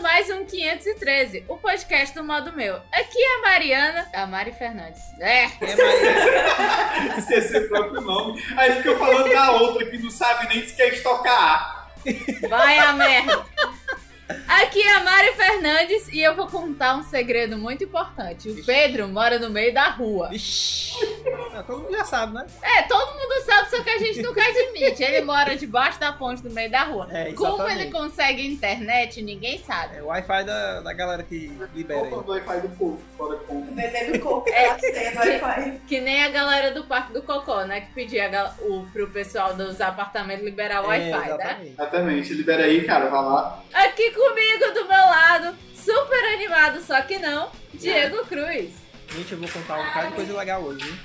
mais um 513, o podcast do modo meu. Aqui é a Mariana, a Mari Fernandes. É, É, Mariana. Esquecer o próprio nome. Aí fica falando da outra que não sabe nem se quer estocar. vai a merda. Aqui é a Mari Fernandes e eu vou contar um segredo muito importante. O Pedro mora no meio da rua. Ixi. Ah, todo mundo já sabe, né? É, todo mundo sabe, só que a gente nunca admite. Ele mora debaixo da ponte no meio da rua. É, Como exatamente. ele consegue internet, ninguém sabe. É o Wi-Fi da, da galera que libera aí. Opa, do Wi-Fi do povo, fora com. Vendendo coco pra você, Wi-Fi. Que nem a galera do Parque do Cocó, né? Que pedia a gal- o, pro pessoal dos apartamentos liberar o É, Wi-Fi, né? exatamente. Exatamente, libera aí, cara, vai lá. Aqui comigo, do meu lado, super animado, só que não, Diego Cruz. Gente, eu vou contar um bocado de coisa legal hoje, hein?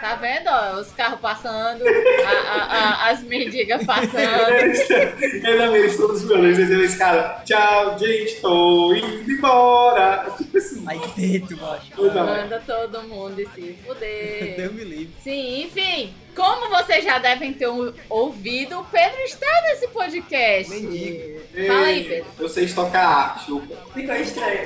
Tá vendo? ó, os carros passando, a- a- a- as mendigas passando. Eu também estou nos violões, mas eles, cara, tchau, gente, tô indo embora. Tipo assim, Aí dentro, macho. coisa Manda todo mundo se fuder. Deus me livre. Sim, enfim, como vocês já devem ter ou- ouvido, o Pedro está nesse podcast. Mendigo. Fala aí, Pedro. É, Eu sei estocar, chupa. Ficou Então, estranho.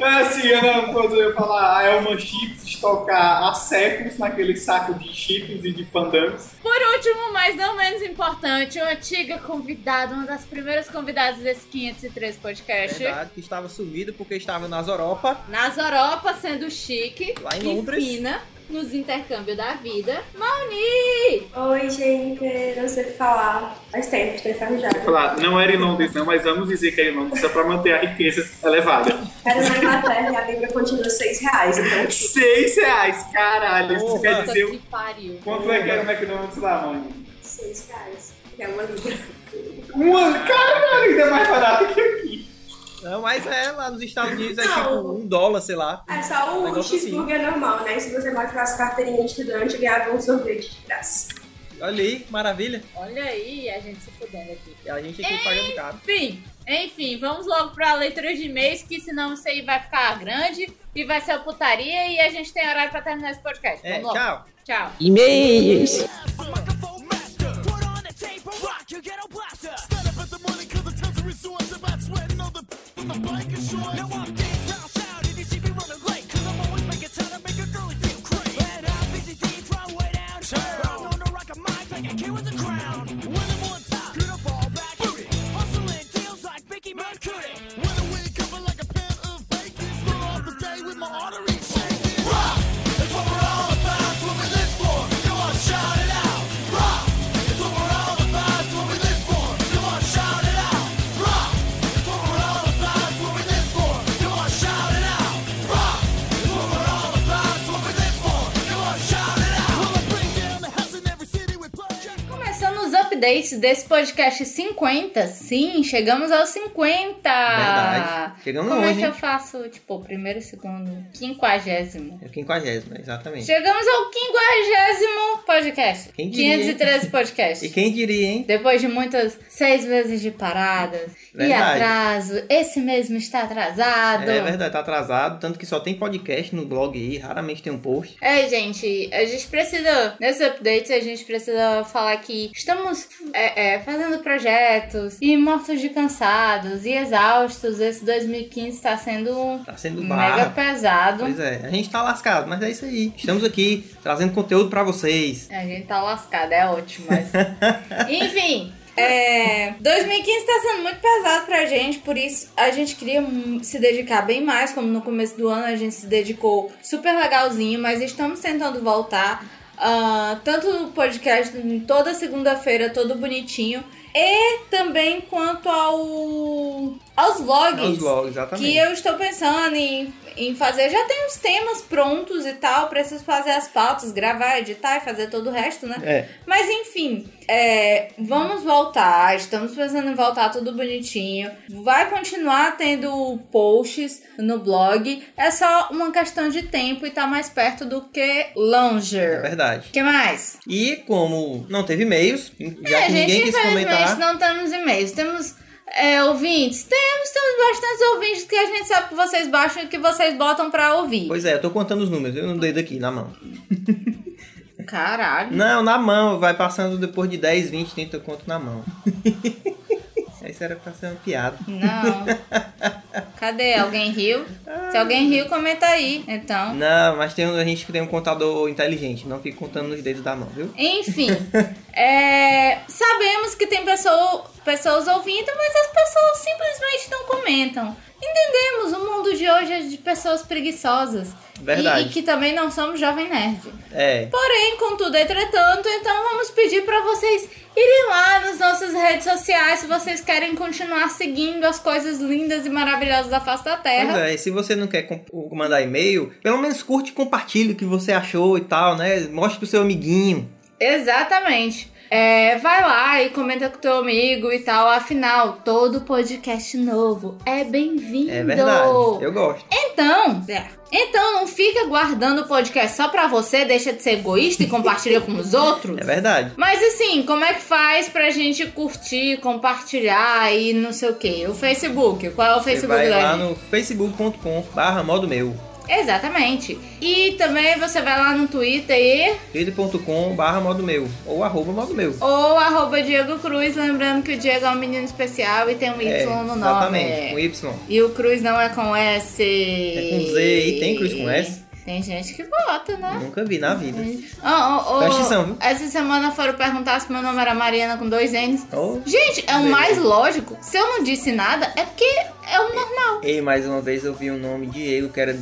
É assim, eu não, quando eu ia falar a Elma Chips estocar há séculos naquele saco de chips e de fandangos. Por último, mas não menos importante, uma antiga convidada, uma das primeiras convidadas desse 503 podcast. Verdade, É que estava sumido porque estava nas Europa. Nas Europa, sendo chique Lá em e Londres. fina, nos intercâmbios da vida. Mauni! Oi, gente. Não sei o que falar. Faz tempo, tô enferrujada. Falar, não era em Londres, não, mas vamos dizer que era em Londres, só pra manter a riqueza elevada. Era na Inglaterra e a Libra continua seis reais. Então, Seis reais, caralho. Isso Porra. quer Puta dizer um que pariu. Quanto é que era o McDonald's lá, mãe? seis reais. É uma Libra. Uma, Um caralho, ainda é mais barato que aqui. Não, mas é, lá nos Estados Unidos é Não. tipo um dólar, sei lá. É só Um o negócio assim. cheeseburger normal, né? E se você machucasse carteirinha de estudante, ganhava um sorvete de graça. Olha aí, que maravilha. Olha aí, a gente se fudendo aqui. E a gente aqui pagando caro. Enfim, enfim, vamos logo pra leitura de e-mails, que senão isso aí vai ficar grande e vai ser uma putaria e a gente tem horário pra terminar esse podcast. É, vamos logo. tchau. Tchau. E-mails. Começando os updates desse podcast 50. Sim, chegamos aos 50. Verdade. Chegamos Como é longe, que eu hein? faço, tipo, primeiro, segundo, quinquagésimo? É o quinquagésimo, exatamente. Chegamos ao quinquagésimo podcast. Quem diria, hein? 513 podcast. E quem diria, hein? Depois de muitas seis meses de paradas e Verdade. atraso, esse mesmo está atrasado. É verdade, tá atrasado, tanto que só tem podcast no blog aí, raramente tem um post. É, gente, a gente precisa, nesse update, a gente precisa falar que estamos é, é, fazendo projetos e mortos de cansados e exaustos. Esse 2015 está sendo um Tá sendo mega barra. pesado. Pois é, a gente tá lascado, mas é isso aí. Estamos aqui trazendo conteúdo pra vocês. A gente tá lascado, é ótimo, mas. Enfim. é, 2015 tá sendo muito pesado pra gente, por isso a gente queria hum, se dedicar bem mais, como no começo do ano a gente se dedicou super legalzinho, mas estamos tentando voltar. ah, tanto o podcast em toda segunda-feira, todo bonitinho, e também quanto ao aos vlogs. Os blogs, Que exatamente. eu estou pensando em, em fazer. Já tem os temas prontos e tal. Preciso fazer as pautas, gravar, editar e fazer todo o resto, né? É, Mas enfim, é, vamos voltar. Estamos pensando em voltar tudo bonitinho. Vai continuar tendo posts no blog. É só uma questão de tempo e tá mais perto do que é Longer. verdade. O que mais? E como não teve e-mails, já É, que gente, ninguém quis infelizmente comentar, não temos e-mails. Temos é, ouvintes? Temos, temos bastantes ouvintes que a gente sabe que vocês baixam e que vocês botam pra ouvir. um Pois é, eu tô contando os números, eu não dedo aqui na mão. Caralho. Não, na mão, vai passando depois de 10, 20, 30 conto na mão. Isso era pra ser uma piada. Não. Cadê? Alguém riu? Se alguém riu, comenta aí, então. Não, mas tem, um- a gente tem um contador inteligente, não fica contando nos dedos da mão, viu? Enfim, é, sabemos que tem pessoa, pessoas ouvindo, mas as pessoas simplesmente não comentam. Entendemos, o mundo de hoje é de pessoas preguiçosas. E- Verdade. E, que também não somos jovem nerd. É. Porém, contudo, entretanto, então vamos pedir para vocês irem lá nas nossas redes sociais se vocês querem continuar seguindo as coisas lindas e maravilhosas da face da Pois Terra. é, se você não quer comp- mandar e-mail, pelo menos curte e compartilhe o que você achou e tal, né? Mostre pro seu amiguinho. Exatamente. É, vai lá e comenta com teu amigo e tal. Afinal, todo podcast novo é bem-vindo. É verdade. Eu gosto. Então, então não fica guardando o podcast só pra você, deixa de ser egoísta e compartilha com os outros. É verdade. Mas assim, como é que faz pra gente curtir, compartilhar e não sei o que? O Facebook, qual é o Você Facebook vai da lá gente? no facebook.com barra modo meu. Exatamente. E também você vai lá no Twitter e... twitter.com barra modo meu. Ou arroba modo meu. ou arroba Diego Cruz, lembrando que o Diego é um menino especial e tem um Y É, no nome. É. exatamente, com Y. E o Cruz não é com S. É com Z, e tem Cruz com S? Tem gente que bota, né? Nunca vi na vida. Ah, oh, oh, Presta atenção, viu? Essa semana foram perguntar se meu nome era Mariana com dois N's. Oh. Gente, é o Beleza. mais lógico. Se eu não disse nada, é porque é o normal. Ei, mais uma vez eu vi um nome Diego que era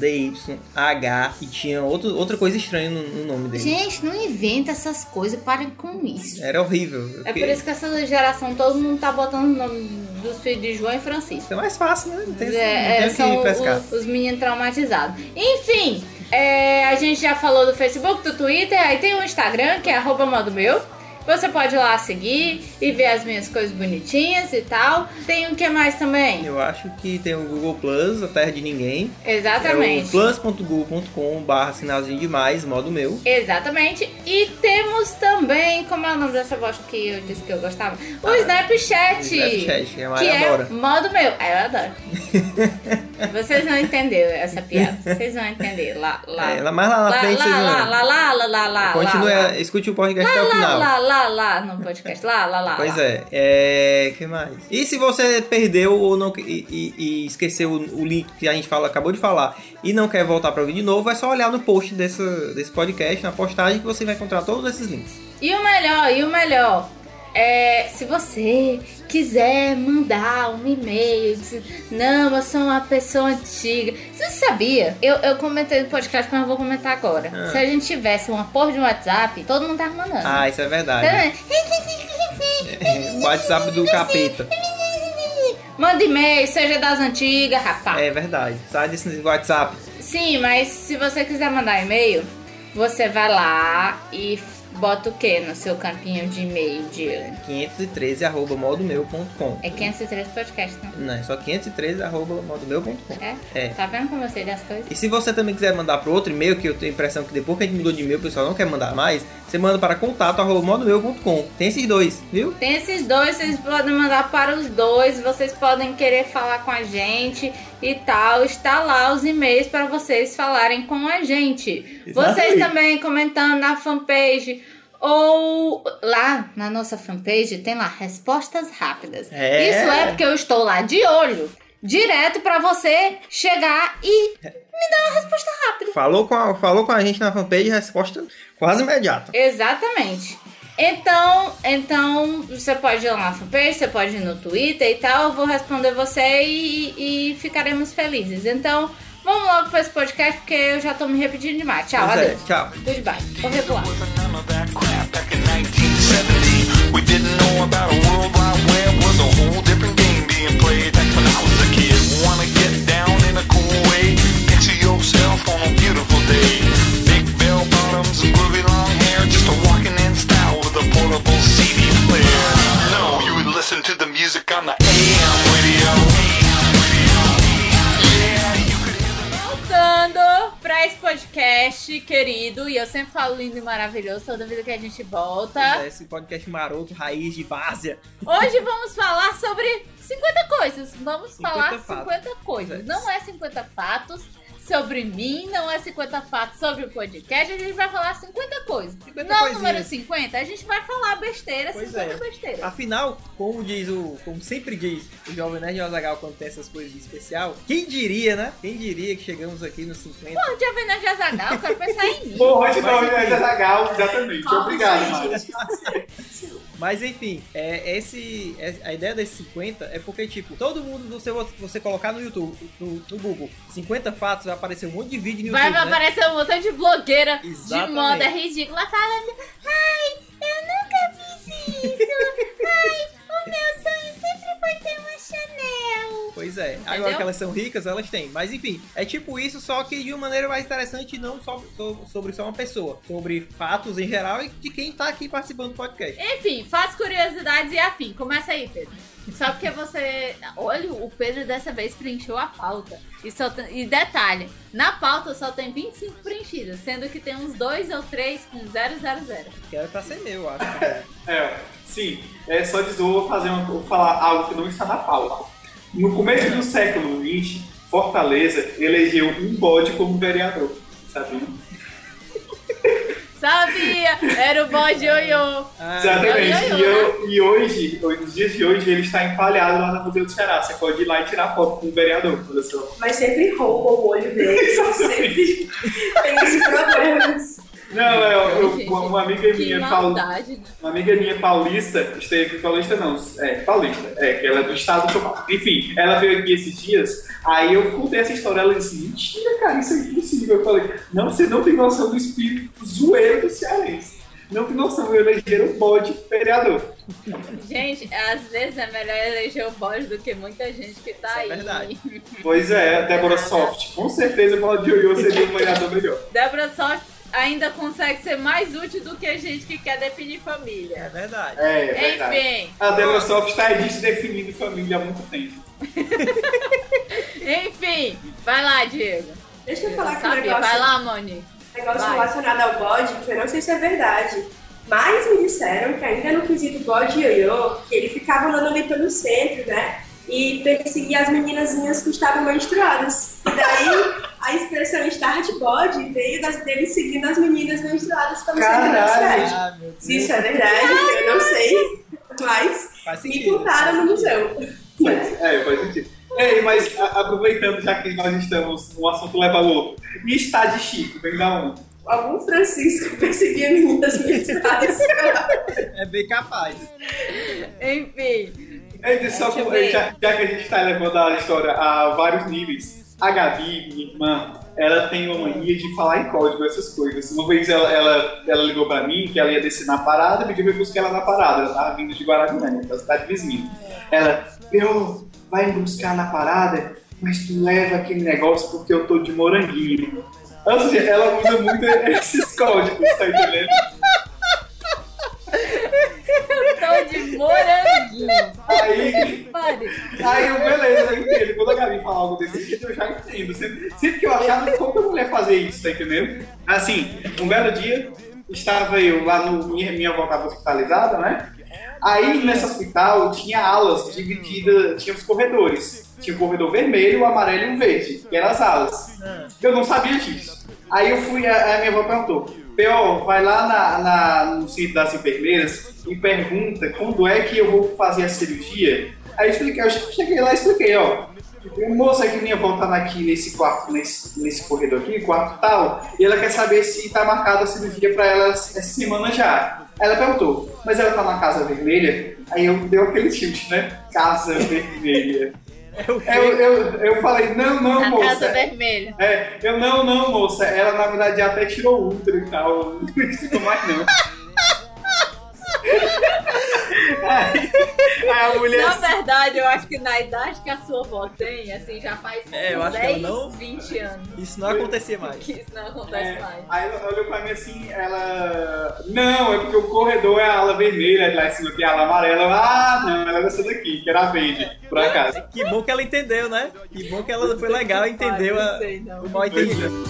DYH e tinha outro, outra coisa estranha no, no nome dele. Gente, não inventa essas coisas, parem com isso. Era horrível. Eu É fiquei- por isso que essa geração todo mundo tá botando o nome dos filhos de João e Francisco. É mais fácil, né? Não tem, É, é, não tem o são que pescar. o- os meninos traumatizados. Enfim, é, a gente já falou do Facebook, do Twitter, aí tem o Instagram, que é arroba modo meu. Você pode ir lá seguir e ver as minhas coisas bonitinhas e tal. Tem o que mais também? Eu acho que tem o Google Plus, a terra de ninguém. É o Exatamente. plus.google.com barra sinalzinho demais, modo meu. Exatamente. E temos também, como é o nome dessa voz que eu disse que eu gostava? O Snapchat. Tá. Snapchat, a Que Maria é adora. modo meu. Ah, eu adoro. Vocês não entenderam essa piada. Vocês vão entender. Lá, lá. É, lá- mas lá na lá, frente lá, vocês não lá, lembram. lá, lá, lá, lá, lá, Continue, lá, a- escute o podcast até o lá, final. lá, lá, lá, no podcast. Lá, lá, lá. Pois lá. é, é. que mais? E se você perdeu ou não e, e- e esqueceu o, o link que a gente falou, acabou de falar e não quer voltar para ouvir de novo, é só olhar no post desse, desse podcast, na postagem, que você vai encontrar todos esses links. E o melhor, e o melhor. É, se você quiser mandar um e-mail, dizer, não, eu sou uma pessoa antiga. Você sabia? Eu, eu comentei no podcast, mas eu vou comentar agora. Ah. Se a gente tivesse uma porra de um WhatsApp, todo mundo tava mandando. Ah, isso é verdade. Então, O WhatsApp do capeta. Manda e-mail, seja das antigas, rapaz. É verdade. Sai desse WhatsApp. Sim, mas se você quiser mandar e-mail, você vai lá e f- bota o que no seu campinho de e-mail, Diego? 513 arroba modomeu.com. É 503 podcast, né? Não, é só 513 arroba modomeu.com. É? É. Tá vendo como eu sei das coisas? E se você também quiser mandar para outro e-mail, que eu tenho a impressão que depois que a gente mudou de e-mail, o pessoal não quer mandar mais, você manda para contato.modomeu.com. Tem esses dois, viu? Tem esses dois, vocês podem mandar para os dois, vocês podem querer falar com a gente e tal. Está lá os e-mails para vocês falarem com a gente. Vocês Exatamente. também comentando na fanpage ou lá na nossa fanpage tem lá respostas rápidas. É. Isso é porque eu estou lá de olho, direto para você chegar e Falou com a, falou com a gente na fanpage, resposta quase imediata. Exatamente. Então, então você pode ir lá na fanpage, você pode ir no Twitter e tal, eu vou responder você e, e ficaremos felizes. Então, vamos logo para esse podcast porque eu já tô me repetindo demais. Tchau, Pois é, adeus. tchau. Goodbye. Vou rebolar. none of that crap back in 1970. We didn't know about a world wide web was a whole different game being played back when I was a kid. Wanna get down in a cool way? Picture yourself on a beautiful day. Big bell bottoms and groovy long hair, just a walking in style with a portable CD player. No, you would listen to the music on the AM radio. Yeah, you could hear the Voltando para esse podcast, querido, e eu sempre falo lindo e maravilhoso toda vida que a gente volta. Esse podcast maroto, raiz de várzea. Hoje vamos falar sobre 50 coisas. Vamos 50 falar fatos. 50 coisas. Não é 50 fatos, sobre mim, não é 50 fatos sobre o podcast, a gente vai falar 50 coisas. 50 não coisinhas. número 50, a gente vai falar besteira, Pois 50 é. besteira. Afinal, como diz o. Como sempre diz o Jovem Nerd e o Azagal quando tem essas coisas de especial, quem diria, né? Quem diria que chegamos aqui nos 50? Pô, de Avenida de Azagal, eu quero pensar em mim. Porra, de Mas nome enfim. é Zagal, exatamente. Obrigado, Mário. Mas enfim, é, esse, é- a ideia desses 50 é porque, tipo, todo mundo, você, você colocar no YouTube, no, no Google, 50 fatos, vai aparecer um monte de vídeo no Vai, YouTube. vai né? aparecer um montão de blogueira Exatamente. de moda ridícula falando: Ai, eu nunca fiz isso. Ai, o meu sonho sempre foi ter uma Chanel. Pois é. Agora Entendeu? que elas são ricas, elas têm. Mas enfim, é tipo isso, só que de uma maneira mais interessante, não só so- sobre só uma pessoa, sobre fatos em geral e de quem tá aqui participando do podcast. Enfim, faz curiosidades e afim. Começa aí, Pedro. Só porque você. Olha, o Pedro dessa vez preencheu a pauta. E, só tem- e detalhe: na pauta só tem 25 preenchidos, sendo que tem uns dois ou três com 000. Que era pra ser meu, eu acho. É, sim, é só dizer, eu vou, fazer uma- vou falar algo que não está na pauta. No começo do século XX, Fortaleza elegeu um bode como vereador, sabe? Sabia! Era o bode ioiô. é Ah, Exatamente. ioiô, E, eu- e hoje, hoje- nos dias de hoje, ele está empalhado lá no Museu do Ceará. Você pode ir lá e tirar foto com o vereador, olha só. Mas sempre rouba o olho dele, sempre tem esses problemas. Não, é, eu, eu- Gente, uma, uma amiga Que minha falou. maldade, né? Uma amiga minha paulista, esteve paulista não, é, paulista, é, que ela é do estado de São Paulo. Enfim, ela veio aqui esses dias, aí eu contei essa história, ela disse, mentira, cara, isso é impossível. Eu falei, não, você não tem noção do espírito zoeiro do cearense. Não tem noção, eu eleger um bode vereador. Gente, às vezes é melhor eleger o bode do que muita gente que tá Isso é aí. verdade. Pois é, Débora Soft, com certeza o bode de Ioiô seria um vereador melhor. Débora só ainda consegue ser mais útil do que a gente que quer definir família. É verdade. É, é verdade. Enfim, A Débora Soft está definindo família há muito tempo. enfim, vai lá, Diego. Deixa eu falar que um Sabia, vai negócio, lá, Moni. negócio vai. relacionado ao bode, que eu não sei se é verdade. Mas me disseram que ainda no quesito bode ioiô, que ele ficava andando ali pelo centro, né? E perseguia as meninazinhas que estavam menstruadas. E daí a expressão estar de bode veio das, dele seguindo as meninas menstruadas pelo centro da Caralho. cidade. Ah, meu Deus. Se isso é verdade, eu não sei. Mas Faz me sentido. contaram no museu. Mas, é, faz sentido. Ei, mas a- aproveitando já que nós estamos, um assunto leva ao outro. E está de Chico, vem da onde? Algum Francisco perseguia meninas menstruadas. É bem capaz. Enfim, Ei, É, só Deixa eu com- ver. já, já que a gente está levando a história a vários níveis, a Gabi, minha irmã, ela tem uma mania de falar em código essas coisas. Uma vez ela, ela, ela ligou pra mim que ela ia descer na parada, pediu pra eu buscar ela na parada. Ela tava vindo de Guaratinanga, da cidade vizinha. É. Ela, eu, vai me buscar na parada, mas tu leva aquele negócio porque eu tô de moranguinho. Ou seja, ela usa muito esses códigos, tá entendendo? tô de moranguinho. Aí Pare. Aí eu, beleza, eu entendo. Quando a Gabi fala algo desse jeito, eu já entendo. Sempre, sempre que eu achava, como que a mulher fazer isso, tá entendendo? Assim, um belo dia, estava eu lá no. Minha, minha avó estava hospitalizada, né? Aí nesse hospital tinha alas divididas, tinha os corredores. Tinha o corredor vermelho, o amarelo e o verde, que eram as alas. Eu não sabia disso. Aí eu fui, a, a minha avó perguntou: P.O., vai lá na, na- no centro das enfermeiras e pergunta quando é que eu vou fazer a cirurgia. Aí eu expliquei, eu cheguei lá e expliquei, ó. O moço aqui minha avó tá aqui nesse quarto, nesse, nesse corredor aqui, quarto tal, e ela quer saber se tá marcada a cirurgia pra ela essa semana já. Ela perguntou, mas ela tá na casa vermelha? Aí eu dei aquele tilt, né? Casa vermelha. É o Eu, eu, eu falei, não, não, Na moça. casa vermelha. É, eu não, não, moça. Ela na verdade até tirou o útero e tal. Não explicou mais não. Aí, aí a mulher. assim, Na verdade, eu acho que na idade que a sua avó tem, assim, já faz uns É, eu acho que ela 10, não- 20 anos Isso não acontecia mais. que isso não acontece É, mais. aí ela olhou pra mim assim, ela. Não, é porque o corredor é a ala vermelha, lá em cima tem a ala amarela. Eu, Ah, não, ela dessa daqui, que era a verde, por acaso. Que bom que ela entendeu, né? Que bom que ela foi legal, Pai, entendeu Não a, sei, não. o mal entendido.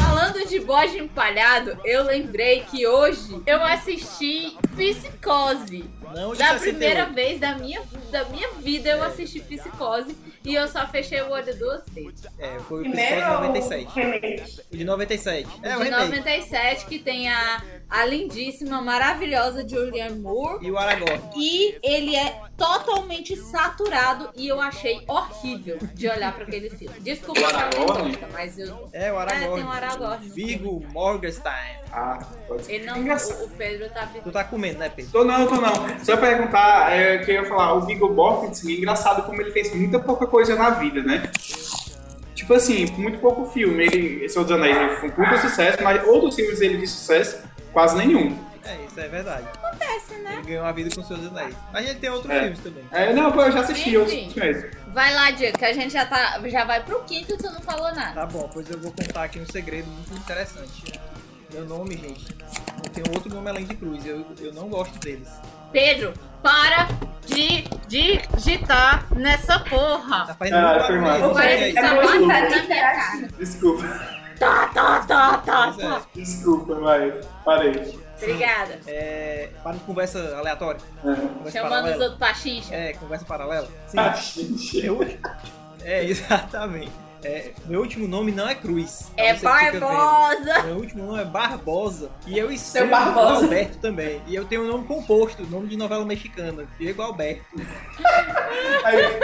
Falando de bode empalhado, eu lembrei que hoje eu assisti Psicose. Não, de Da 68. tá primeira vez da minha, da minha vida eu assisti Psicose. E eu só fechei o olho duas vezes. É, foi o Primeiro Psicose ou 97. remake? O de 97. É, o de remake. 97, que tem a, a lindíssima, maravilhosa Julianne Moore. E o Aragorn. E ele é totalmente saturado e eu achei horrível de olhar pra aquele filme. Desculpa O a Aragorn? pergunta, mas eu. É, o Aragorn. É, tem o Aragorn. Vigo Morgenstein. Ah, pode ser. Ele não. Engraçado. O, o Pedro tá. Tu tá comendo, né, Pedro? Tô não, tô não. Só pra perguntar, é, que eu ia falar, o Viggo Mortensen, é engraçado como ele fez muita pouca coisa na vida, né? Tipo assim, muito pouco filme. Ele, Senhor dos Anéis ele foi um puta sucesso, mas outros filmes dele de sucesso, quase nenhum. É, isso é verdade. Acontece, né? Ele ganhou a vida com seus anéis. Mas ele tem outros É. filmes também. É, não, pô, eu já assisti Enfim. outros filmes mesmo. Vai lá, Diego, que a gente já, tá, já vai pro quinto e tu não falou nada. Tá bom, pois eu vou contar aqui um segredo muito interessante. É, Meu nome, gente, não tem outro nome além de Cruz. Eu, eu não gosto deles. Pedro, para de digitar nessa Tá porra. fazendo Ah, muito foi barulho, mal. não sei o que Parece que é isso. tá É matando muito na minha cara. Desculpa, Tá, tá, tá, tá, Pois é. tá. desculpa, mas parei. Obrigada. É, para de conversa aleatória. É. Conversa Chamando os paralela. outros pra xincha. É, conversa paralela. Sim. Ah, gente. Meu- É, exatamente. É, meu último nome não é Cruz. É Você fica vendo. Barbosa. Meu último nome é Barbosa. E eu escrevo Barbosa. Alberto também. E eu tenho um nome composto, nome de novela mexicana. Diego Alberto. Aí,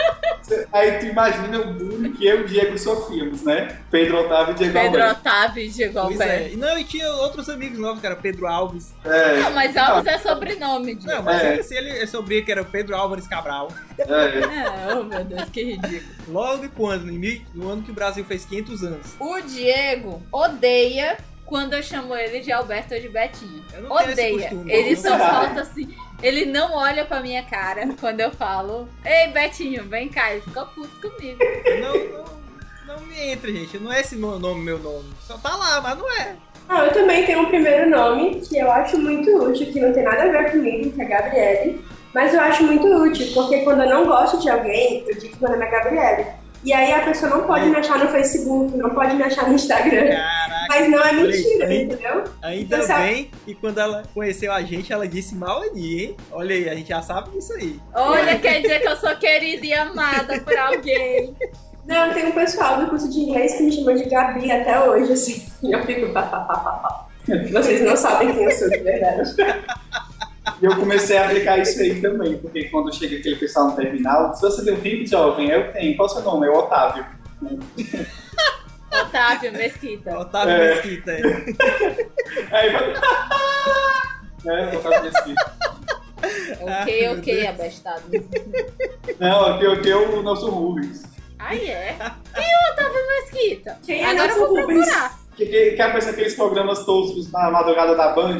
aí tu imagina o bullying que eu e o Diego sofríamos, né? Pedro Otávio e Diego Pedro Alberto. Otávio chegou ao é. Pois pé. é. E Não, e tinha outros amigos novos, que era Pedro Alves. É, Não, mas Tá. Alves é sobrenome, Diego. Não, mas É. ele, se ele eu soubia que era Pedro Álvares Cabral. é. É, oh meu Deus, que ridículo. Logo quando? Em mil- No ano que o Brasil fez 500 anos. O Diego odeia quando eu chamo ele de Alberto ou de Betinho. Eu não tenho esse Odeia. costume, Ele não. só falta assim. Ele não olha pra minha cara quando eu falo, ei Betinho, vem cá, ele fica puto comigo. Não, não, não me entra, gente. Não é esse meu nome, meu nome. Só tá lá, mas não é. Ah, eu também tenho um primeiro nome que eu acho muito útil, que não tem nada a ver comigo, que é Gabriele. Mas eu acho muito útil, porque quando eu não gosto de alguém, eu digo que meu nome é Gabriele. E aí a pessoa não pode me achar no Facebook, não pode me achar no Instagram. Caraca. Mas não é mentira, Peraí, entendeu? Ainda Então, sabe- bem que quando ela conheceu a gente, ela disse mal ali, hein? Olha aí, a gente já sabe disso aí. Olha, quer dizer que eu sou querida e amada por alguém. Não, tem um pessoal do curso de inglês que me chama de Gabi até hoje, assim. E eu fico papapá. Vocês não sabem quem eu sou de verdade. E eu comecei a aplicar isso aí também, porque quando chega aquele pessoal no terminal, se você tem um filho jovem, eu tenho. Qual é o seu nome? É o Otávio. Otávio Mesquita. Otávio É. tá Mesquita. Aí eu É, o Otávio Mesquita. Ok, meu ok, Deus. abestado. Não, aqui, aqui é o nosso Rubens. Aí é. Quem é o Otávio Mesquita? Quem é Agora eu nosso vou Rubens? procurar. Que, que, que aparece aqueles programas toscos na madrugada da Band,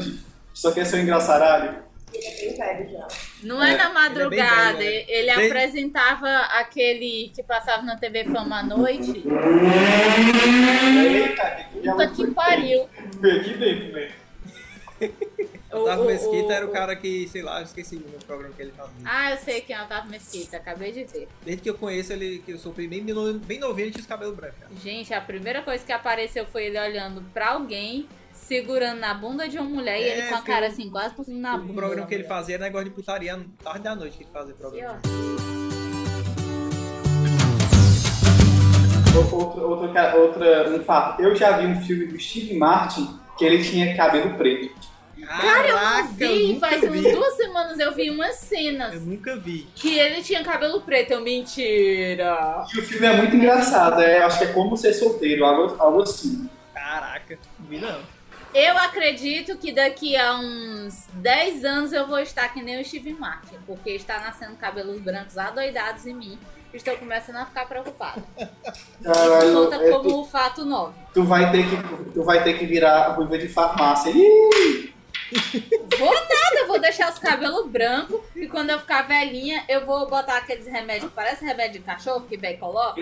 só que é seu engraçaralho. Ele é bem velho já. Não é, É, na madrugada, ele ele, Tem- apresentava aquele que passava na TV Fama à noite. Eita, que é um Puta que pariu. Veio aqui dentro, né? O- Otávio o- tá Mesquita era o o- cara que, sei lá, eu esqueci o programa que ele fazia. Ah, eu sei quem é o Otávio Mesquita, acabei de ver. Desde que eu conheço ele, que eu sou bem, bem novinho, ele tinha os cabelos brancos. cara. Gente, a primeira coisa que apareceu foi ele olhando pra alguém, segurando na bunda de uma mulher e É, ele com a porque cara o- assim, quase por na bunda. O programa da que ele mulher. fazia era negócio de putaria tarde da noite que ele fazia o E, programa. ó, Outro, outro, ca- outra, um fato. Eu já vi um filme do Steve Martin que ele tinha cabelo preto. Cara, eu Caraca, não vi, nunca faz umas duas semanas eu vi umas cenas Eu nunca vi. que ele tinha cabelo preto. Eu, mentira! E o filme é muito engraçado, é, acho que é como ser solteiro, algo, algo assim. Caraca, não vi não. Eu acredito que daqui a uns 10 anos eu vou estar que nem o Steve Martin, porque está nascendo cabelos brancos adoidados em mim. Estou começando a ficar preocupada. Isso Caralho, conta é, tu, como um fato novo. tu vai ter que, tu vai ter que virar ruiva de farmácia. Ih, Vou nada, eu vou deixar os cabelos brancos e quando eu ficar velhinha, eu vou botar aqueles remédios que parece remédio de cachorro que velho coloca.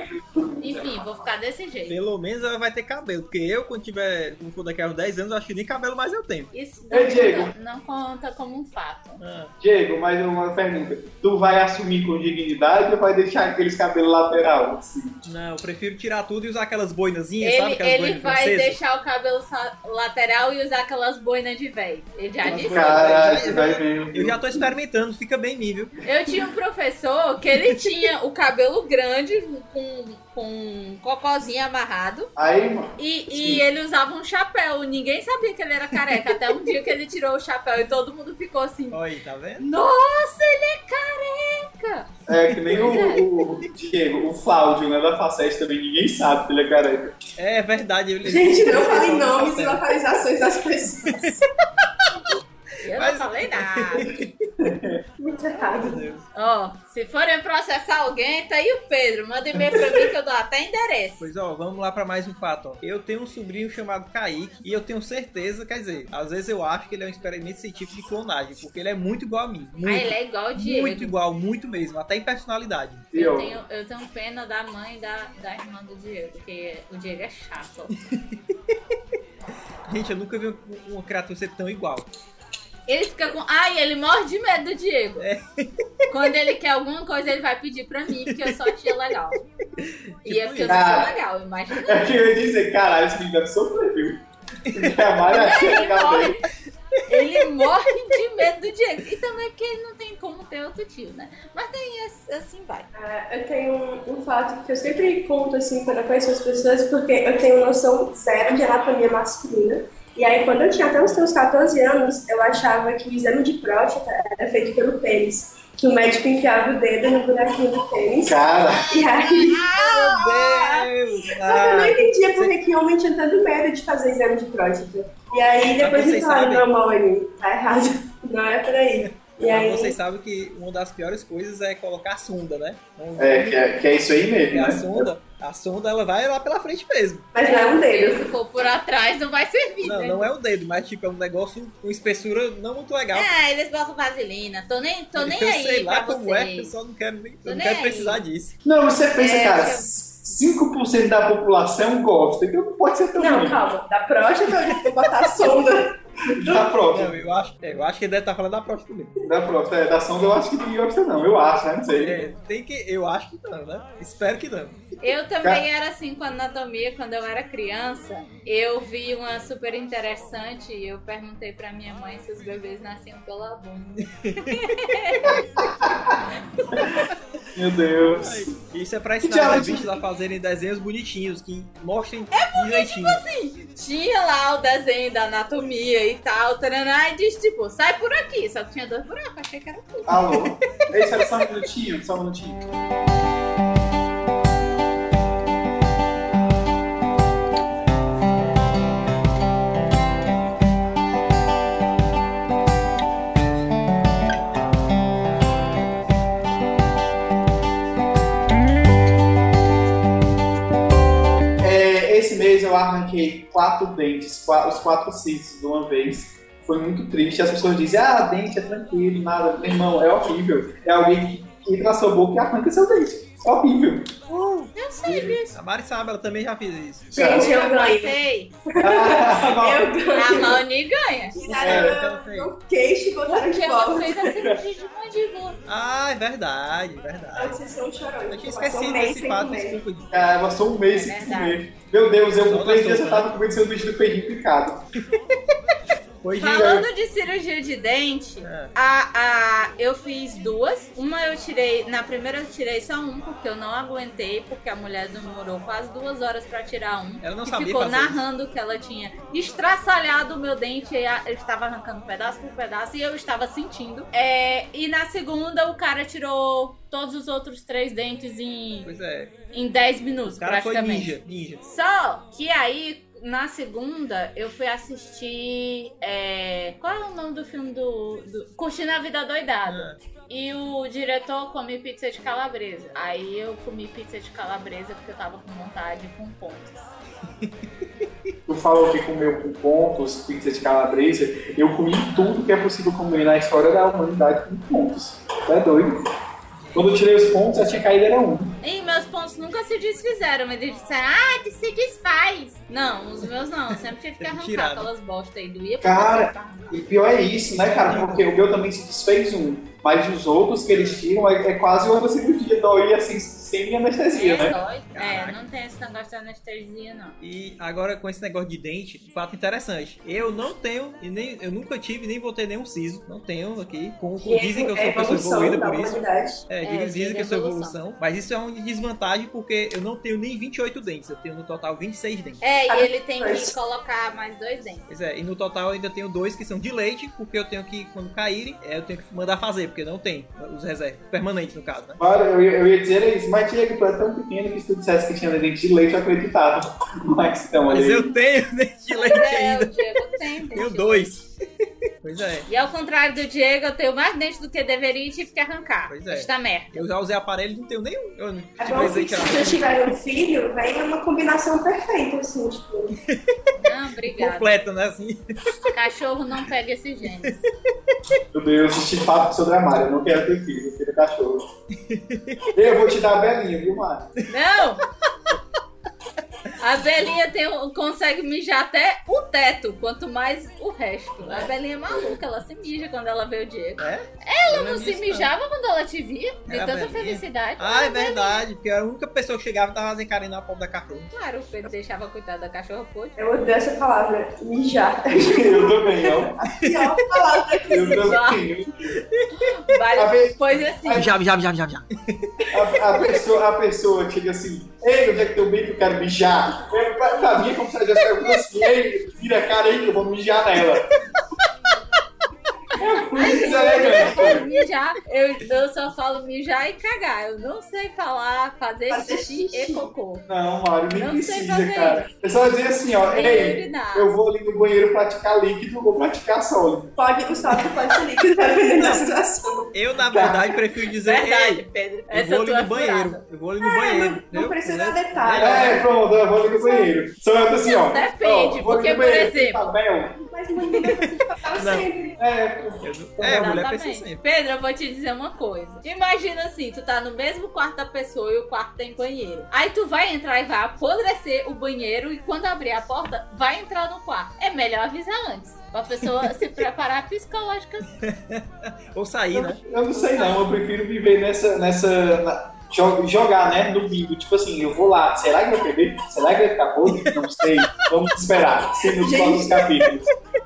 Enfim, vou ficar desse jeito. Pelo menos ela vai ter cabelo, porque eu, quando tiver, quando for daqui a uns 10 anos, eu acho que nem cabelo mais eu tenho. Isso Ei, não Diego. conta, não conta como um fato. Ah, Diego, mais uma pergunta. Tu vai assumir com dignidade ou vai deixar aqueles cabelos lateral? Assim? não, eu prefiro tirar tudo e usar aquelas boinazinhas, Ele, sabe? Aquelas ele boinas vai francesas. deixar o cabelo sa- lateral e usar aquelas boinas de véio. Ele já disse. Caralho, vai mesmo. Eu já tô experimentando, fica bem mim, viu? Eu tinha um professor que ele tinha o cabelo grande com, com um cocôzinho amarrado Aí, mano. e, e ele usava um chapéu. Ninguém sabia que ele era careca. Até um dia que ele tirou o chapéu e todo mundo ficou assim: Olha aí, tá vendo? Nossa, ele é careca! É que nem o, o Diego, o Cláudio, né, da Facete também, ninguém sabe que ele é careca. É verdade. Ele... Gente, não fale nomes e localizações das pessoas. Eu Mas- não falei nada. Muito errado. Ó, se forem processar alguém, tá aí o Pedro. Manda e-mail pra mim que eu dou até endereço. Pois ó, vamos lá pra mais um fato. Ó. Eu tenho um sobrinho chamado Kaique e eu tenho certeza, quer dizer, às vezes eu acho que ele é um experimento científico de clonagem, porque ele é muito igual a mim. Muito, Ah, ele é igual o Diego. muito igual, muito mesmo, até em personalidade. E Eu eu, tenho, eu tenho pena da mãe e da, da irmã do Diego, porque o Diego é chato. Gente, eu nunca vi um- uma criatura ser tão igual. Ele fica com. Ai, ele morre de medo do Diego. É. Quando ele quer alguma coisa, ele vai pedir pra mim, porque eu só achei legal. Tipo e é porque eu isso. não Ah. sou legal, imagina. é que eu ia dizer, caralho, esse menino deve sofrer, viu? Jamais achei Ele que ela morre, ele morre de medo do Diego. E também porque ele não tem como ter outro tio, né? Mas daí ass- assim vai. Eu tenho um, um fato que eu sempre conto assim quando eu conheço as pessoas, porque eu tenho noção zero de anatomia masculina. E aí, quando eu tinha até os seus 14 anos, eu achava que o exame de próstata era feito pelo pênis. Que o médico enfiava o dedo no buraquinho do pênis. Cara, E aí, Ah! Meu Deus! mas eu não Ah, entendia porque que homem tinha tanto medo de fazer exame de próstata. E aí, depois me vocês falaram, sabem. não, Maureen, tá errado. Não é por aí. E mas aí, vocês sabem que uma das piores coisas é colocar a sonda, né? Então, é que, é que é isso aí porque mesmo, a né? sonda, a sonda ela vai lá pela frente mesmo. mas não é um dedo. Se for por atrás, não vai servir, Não, né? não é o dedo, mas tipo, é um negócio com espessura não muito legal. Ah, eles botam vaselina. Tô nem, tô nem eu aí sei lá pra como é, eu vocês. só não quero, nem, Tô eu não nem quero aí. precisar disso. Não, você pensa, É, cara, eu- 5% da população gosta, então não pode ser tão Não, ruim. calma, da próstata eu vou botar a sonda. Da Não, própria, eu acho, é, eu acho que ele deve estar falando da próstata mesmo. da própria. É, da sonda eu acho que ninguém gosta não, eu acho, né, não sei. É, tem que, eu acho que não, né? Espero que não. Eu também era assim com anatomia quando eu era criança. Eu vi uma super interessante e eu perguntei pra minha mãe se os bebês nasciam pela bunda. Meu Deus. Isso é pra Que ensinar os diabo de- bichos a fazerem desenhos bonitinhos, que mostrem É direitinho. Tinha lá o desenho da anatomia e tal, taraná, e disse tipo, sai por aqui. Só que tinha dois buracos, achei que era tudo. Alô? Ei, espera só um minutinho, só um minutinho. É, Esse mês eu arranquei quatro dentes, qua- os quatro cistos de uma vez foi muito triste. As pessoas dizem, ah, dente é tranquilo, nada. Meu irmão, é horrível. É alguém que entra na sua boca e arranca seu dente. É horrível. Eu sei disso. A Mari sabe, ela também já fez isso. Gente, eu ganho. Sei. Ah, Eu A ganho. Maoni ganha. É, Tiraram meu- meu queixo e botaram de Porque ela volta. fez assim. a cirurgia de mandíbula. Ah, é verdade, é verdade. Então, Vocês são chorões. Eu tinha Passou um esquecido mês desse sem fato, comer. desculpa. Gui. Cara, passou um mês É sem verdade. comer. Meu Deus, eu Só com três na dias eu sopa, né? tava comendo sanduíche do peirinho picado. Pois gente. Falando de cirurgia de dente, É. A, a, eu fiz duas. Uma eu tirei. Na primeira eu tirei só um, porque eu não aguentei, porque a mulher demorou quase duas horas pra tirar um. Ela não e sabia ficou fazer narrando que ela tinha estraçalhado o meu dente e a- eu estava arrancando pedaço por pedaço e eu estava sentindo. É, e na segunda o cara tirou todos os outros três dentes em, Pois é, em 10 minutos, o cara foi praticamente. ninja, ninja. Só que aí, na segunda, eu fui assistir. é, Qual é o nome do filme do. do... Curtindo a Vida Doidada. Ah, E o diretor come pizza de calabresa. Aí eu comi pizza de calabresa porque eu tava com vontade com pontos. Tu falou que comeu com pontos, pizza de calabresa. Eu comi tudo que é possível comer na história da humanidade com pontos. Tá doido? Quando eu tirei os pontos, eu tinha caído era um. E meus pontos nunca se desfizeram. Eles disseram, ah, se desfaz. Não, os meus não. Eu sempre tive que Teve arrancar tirado. aquelas bostas aí. Doía pra Cara, cacete pra arrancar. E pior é isso, né, cara? Porque o meu também se desfez um. Mas os outros que eles tiram é, é quase uma cirurgia da OI, assim, sem anestesia, É, né? doido. é, Caraca. não tem esse negócio de anestesia, não. E agora com esse negócio de dente, fato interessante. Eu não tenho, e nem eu nunca tive, nem vou ter nenhum siso. Não tenho aqui. Com, com- dizem que eu sou uma pessoa evoluída por isso. É, É, dizem, dizem dizem que eu sou evolução. evolução. Mas isso é uma desvantagem porque eu não tenho nem 28 dentes. Eu tenho no total 26 dentes. É, Ah, e ele tem que mas- colocar mais dois dentes. Pois é, e no total eu ainda tenho dois que são de leite, porque eu tenho que, quando caírem, é, eu tenho que mandar fazer, porque não tem os reservas. Permanentes, no caso, né? Olha, eu, ia- eu ia dizer isso, mas Diego, tu é tão pequeno que se tu dissesse que tinha dente de leite, eu acreditava. Mas então, olha Mas aí. eu tenho dente de leite É, o ainda. Diego tem. Tenho dente. dois. Pois é. E ao contrário do Diego, eu tenho mais dente do que deveria e tive que arrancar. Pois é. Esta merda. Eu já usei aparelho e não tenho nenhum. Eu não É tive bom mais que aí que se era- vocês tiverem um filho, vem uma combinação perfeita, assim, tipo. Não, obrigada. completa, né? Assim. Cachorro não pega esse gênio. Meu Deus, esse fato sobre a Mari, eu não quero ter filho, eu quero cachorro. eu vou te dar a belinha, viu, Mari? Não! A Belinha tem, um- consegue mijar até o teto, quanto mais o resto. A Belinha é maluca, ela se mija quando ela vê o Diego. É? Ela não se mijava quando ela te via, de Era a tanta Belinha. felicidade. Ah, é verdade, porque a única pessoa que chegava tava desencarnando a pobre da cachorra. Claro, o Pedro deixava coitada da cachorra puta. Eu odeio essa palavra, mijar. É Eu também, eu, A pior palavra que eu também. A Be- Pois assim, Já, já, já, já, já. A, a pessoa, a pessoa chega assim, ei, onde é que teu bem que eu quero mijar? É, pra, pra mim é como se ela já pergunta assim, ei, vira a cara aí que eu vou mijar nela. É muito deselegante, Falo cara. mijar, eu, eu só falo mijar e cagar. Eu não sei falar, fazer, Fazer xixi, xixi. e cocô. Não, Mário, nem Não sei precisa, fazer cara. É só dizer assim, ó, Nem ei, urinar. eu vou ali no banheiro praticar líquido, vou praticar sólido. Pode, o salto pode ser líquido, né, dependendo da situação. Eu, na verdade, prefiro dizer. Verdade, "Ei, Pedro. Eu Essa vou é ali tua no banheiro. furada. É, Eu vou ali no banheiro. não entendeu? precisa Né? dar detalhe. É, É, pronto, eu vou ali no banheiro. Só eu tô assim, ó. Depende, ó, vou ali porque, no por banheiro, tem exemplo- Papel. Mas menina, você fala Não. sempre. É, É, mulher Exatamente. pensa sempre. Pedro, eu vou te dizer uma coisa. Imagina assim, tu tá no mesmo quarto da pessoa e o quarto tem banheiro. Aí tu vai entrar e vai apodrecer o banheiro e quando abrir a porta, vai entrar no quarto. É melhor avisar antes. Pra pessoa se preparar psicologicamente. Ou sair, né? Eu não sei não, eu prefiro viver nessa. nessa na- jo- jogar, né? No bingo. Tipo assim, eu vou lá, será que vai perder? Será que vai ficar podre? Não sei. Vamos esperar. Se nos Gente. próximos capítulos.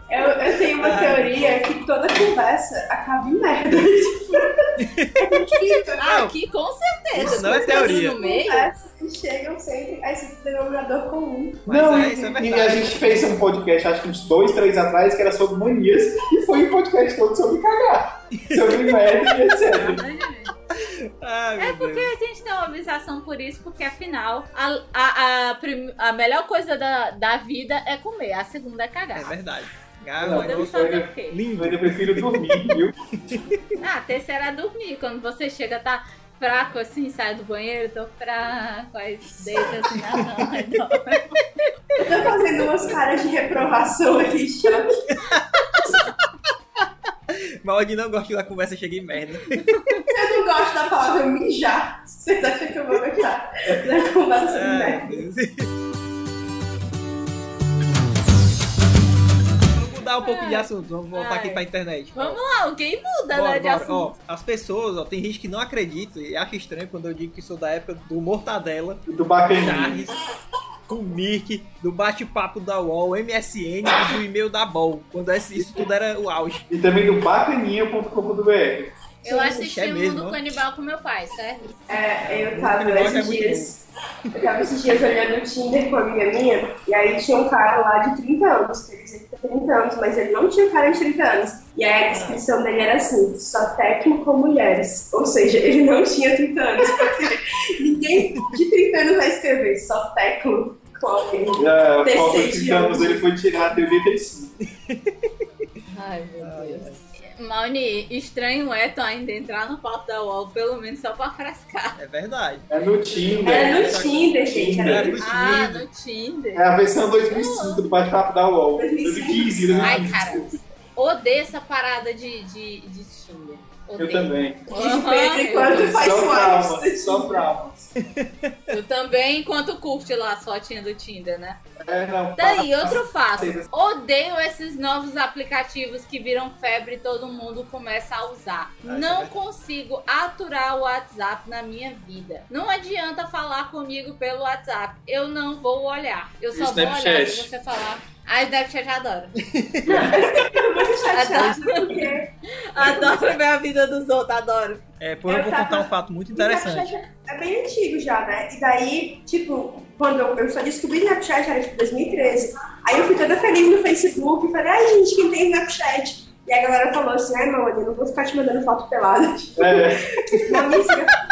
Eu, eu tenho Ah. uma teoria que toda conversa acaba em merda. tipo, é Não. Aqui, com certeza. Isso não é Tu tá teoria. No meio, Conversas que chegam sempre a esse denominador um comum. Mas não, é, e- isso é e verdade. a gente fez um podcast, acho que uns dois, três atrás, que era sobre manias, e foi um podcast todo sobre cagar. Sobre merda e etc. é. né? Ah, meu É porque Deus. a gente tem uma avisação por isso, porque afinal a, a, a, prim- a melhor coisa da, da vida é comer, a segunda é É cagar. verdade. Ah, Não, mas Podemos nossa, fazer o quê? lindo. Mas eu prefiro dormir, viu? Ah, a terceira é dormir. Quando você chega, tá fraco assim, sai do banheiro, tô fraco, aí deita assim na cama. e dorme. Eu tô fazendo umas caras de reprovação aqui, chama. Mas o não gosta da conversa chega em merda. Eu não gosto da palavra mijar. Vocês acham que eu vou gostar da conversa em Ai, merda? meu Deus. Vamos mudar um pouco de assunto, vamos voltar Ai. aqui pra internet. Vamos lá, alguém muda, né, de Bora, bora. assunto. Ó, as pessoas, ó, tem gente que não acredita e acha estranho quando eu digo que sou da época do Mortadela, Do bacaninha. Charles, do Mirk, do bate-papo da UOL, MSN e do e-mail da BOL. Quando é esse- isso tudo era o auge. E também do bacaninha.com.br. Eu Gente, assisti é o mesmo, Mundo ó. Canibal com meu pai, certo? É, eu Muito tava legal, é esses muito dias. Eu tava esses dias olhando o Tinder com a amiga minha, e aí tinha um cara lá de 30 anos, que ele dizia que tem 30 anos, mas ele não tinha cara de 30 anos. E aí a descrição dele era assim, só técnico com mulheres. Ou seja, ele não tinha 30 anos, porque ninguém de 30 anos vai escrever, só técnico com alguém. A foto Decente, de 30 anos ele foi tirado em 85. Ai, meu Deus. Mauni, estranho é tu ainda entrar no palco da UOL, pelo menos só pra frascar. É verdade. É no Tinder. Era no Tinder, gente, é era Era no do Ah, Tinder. no Tinder. É a versão 2005 do bate-papo da UOL. 2015, 2015, Ai, 2015. cara, odeio essa parada de, de, de Tinder. Eu Odeio. também. Gente, Aham, Pedro, eu enquanto faz Só sua traumas, só traumas. Eu também, enquanto curte lá as fotinhas do Tinder, né? É, não. Daí, outro fato. Odeio esses novos aplicativos que viram febre e todo mundo começa a usar. Ah, é Não consigo aturar o WhatsApp na minha vida. Não adianta falar comigo pelo WhatsApp. Eu não vou olhar. Eu E só vou olhar Snapchat? se você falar. A Snapchat adora. Eu vou deixar chateada É porque. Adoro ver a vida dos outros, adoro. É, por eu Eu vou tava- contar um fato muito interessante. Snapchat É bem antigo já, né? E daí, tipo, quando eu eu só descobri Snapchat era tipo 2013. Aí eu fui toda feliz no Facebook e falei, ai gente, quem tem Snapchat? E a galera falou assim, ai Maone, eu não vou ficar te mandando foto pelada. Tipo, É, Não me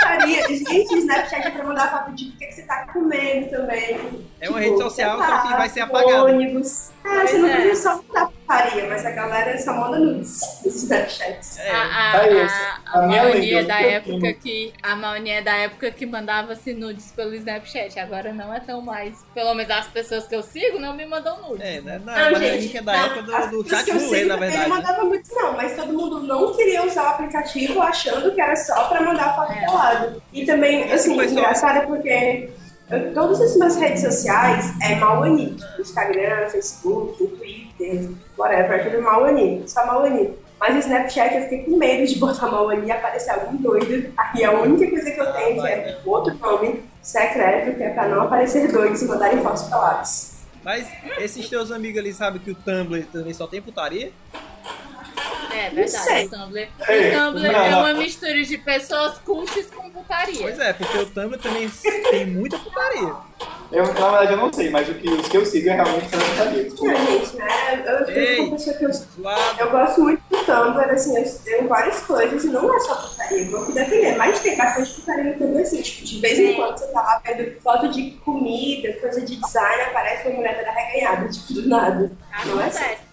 faria. Gente, Snapchat é pra mandar foto de o que, que você tá comendo também. É uma Tipo, rede social, sei lá, só que vai ser no apagada. Ônibus. Ah, você Pois não é. precisa só mandar faria, mas a galera só manda nudes nos Snapchats. É, A, a, tá isso. a, A a minha Maonia lenda, da eu época tenho. que. A Maonia da época que mandava-se nudes pelo Snapchat. Agora não é tão mais. Pelo menos as pessoas que eu sigo não me mandam nudes. É, né? Não, Não, mas a gente, gente é da não, época as do, do pessoas chat que eu roulette, sei na também não verdade. né? mandava muito não, mas todo mundo não queria usar o aplicativo achando que era só pra mandar foto pelado. E também, assim, pessoal- engraçado é porque eu- todas as minhas redes sociais é Mauani. Instagram, Facebook, Twitter, whatever, é tudo Mauani, só Mauani. Mas o Snapchat eu fiquei com medo de botar Mauani e aparecer algum doido. Aí a única coisa Ah, que eu tenho que né? é outro nome secreto, que é pra não aparecer doidos e mandarem fotos peladas. Mas esses teus amigos ali sabem que o Tumblr também só tem putaria? É, sei. verdade. O Tumblr, Ei, o Tumblr não, é não. uma mistura de pessoas cultas com putaria. Pois é, porque o Tumblr também tem muita putaria. eu, na verdade eu não sei, mas o que, os que eu sigo é realmente transparente. Não, gente, né? Eu, eu Ei. fico com a pessoa que eu Lá, Eu gosto muito do Tumblr, assim, eu tenho várias coisas, e não é só putaria, vou defender, mas tem bastante putaria no Tumblr, assim, tipo, de vez em quando você tá lá vendo foto de comida, coisa de design, aparece uma mulher toda reganhada, tipo, do nada. Não é assim. Tá Acontece.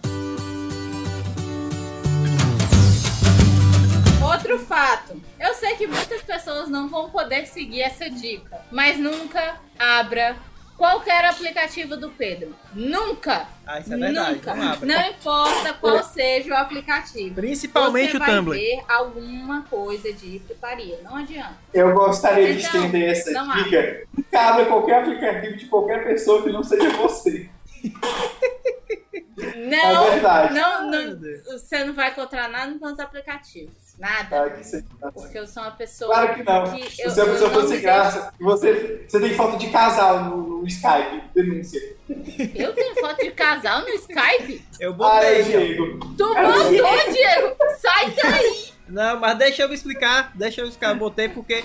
Outro fato. Eu sei que muitas pessoas não vão poder seguir essa dica, mas nunca abra qualquer aplicativo do Pedro. Nunca. ah, isso é verdade. nunca. Não abre. Não importa qual seja o aplicativo. Principalmente você o vai Tumblr. ver alguma coisa de putaria. Não adianta. Eu gostaria de Então, estender essa não há. dica. Nunca abra qualquer aplicativo de qualquer pessoa que não seja você. Não. é verdade. não, Meu não, Deus. você não vai encontrar nada nos aplicativos. Nada. Tá, que você- Porque eu sou uma pessoa Claro que não. que Se eu, a pessoa eu não fosse me graça, você, você tem foto de casal no, no Skype, denúncia. deixo- Eu tenho foto de casal no Skype? Eu botei. Ai, aqui, ó. Diego. Tu mandou, Diego! Sai daí! Não, mas deixa eu me explicar. Deixa eu explicar. Eu botei porque.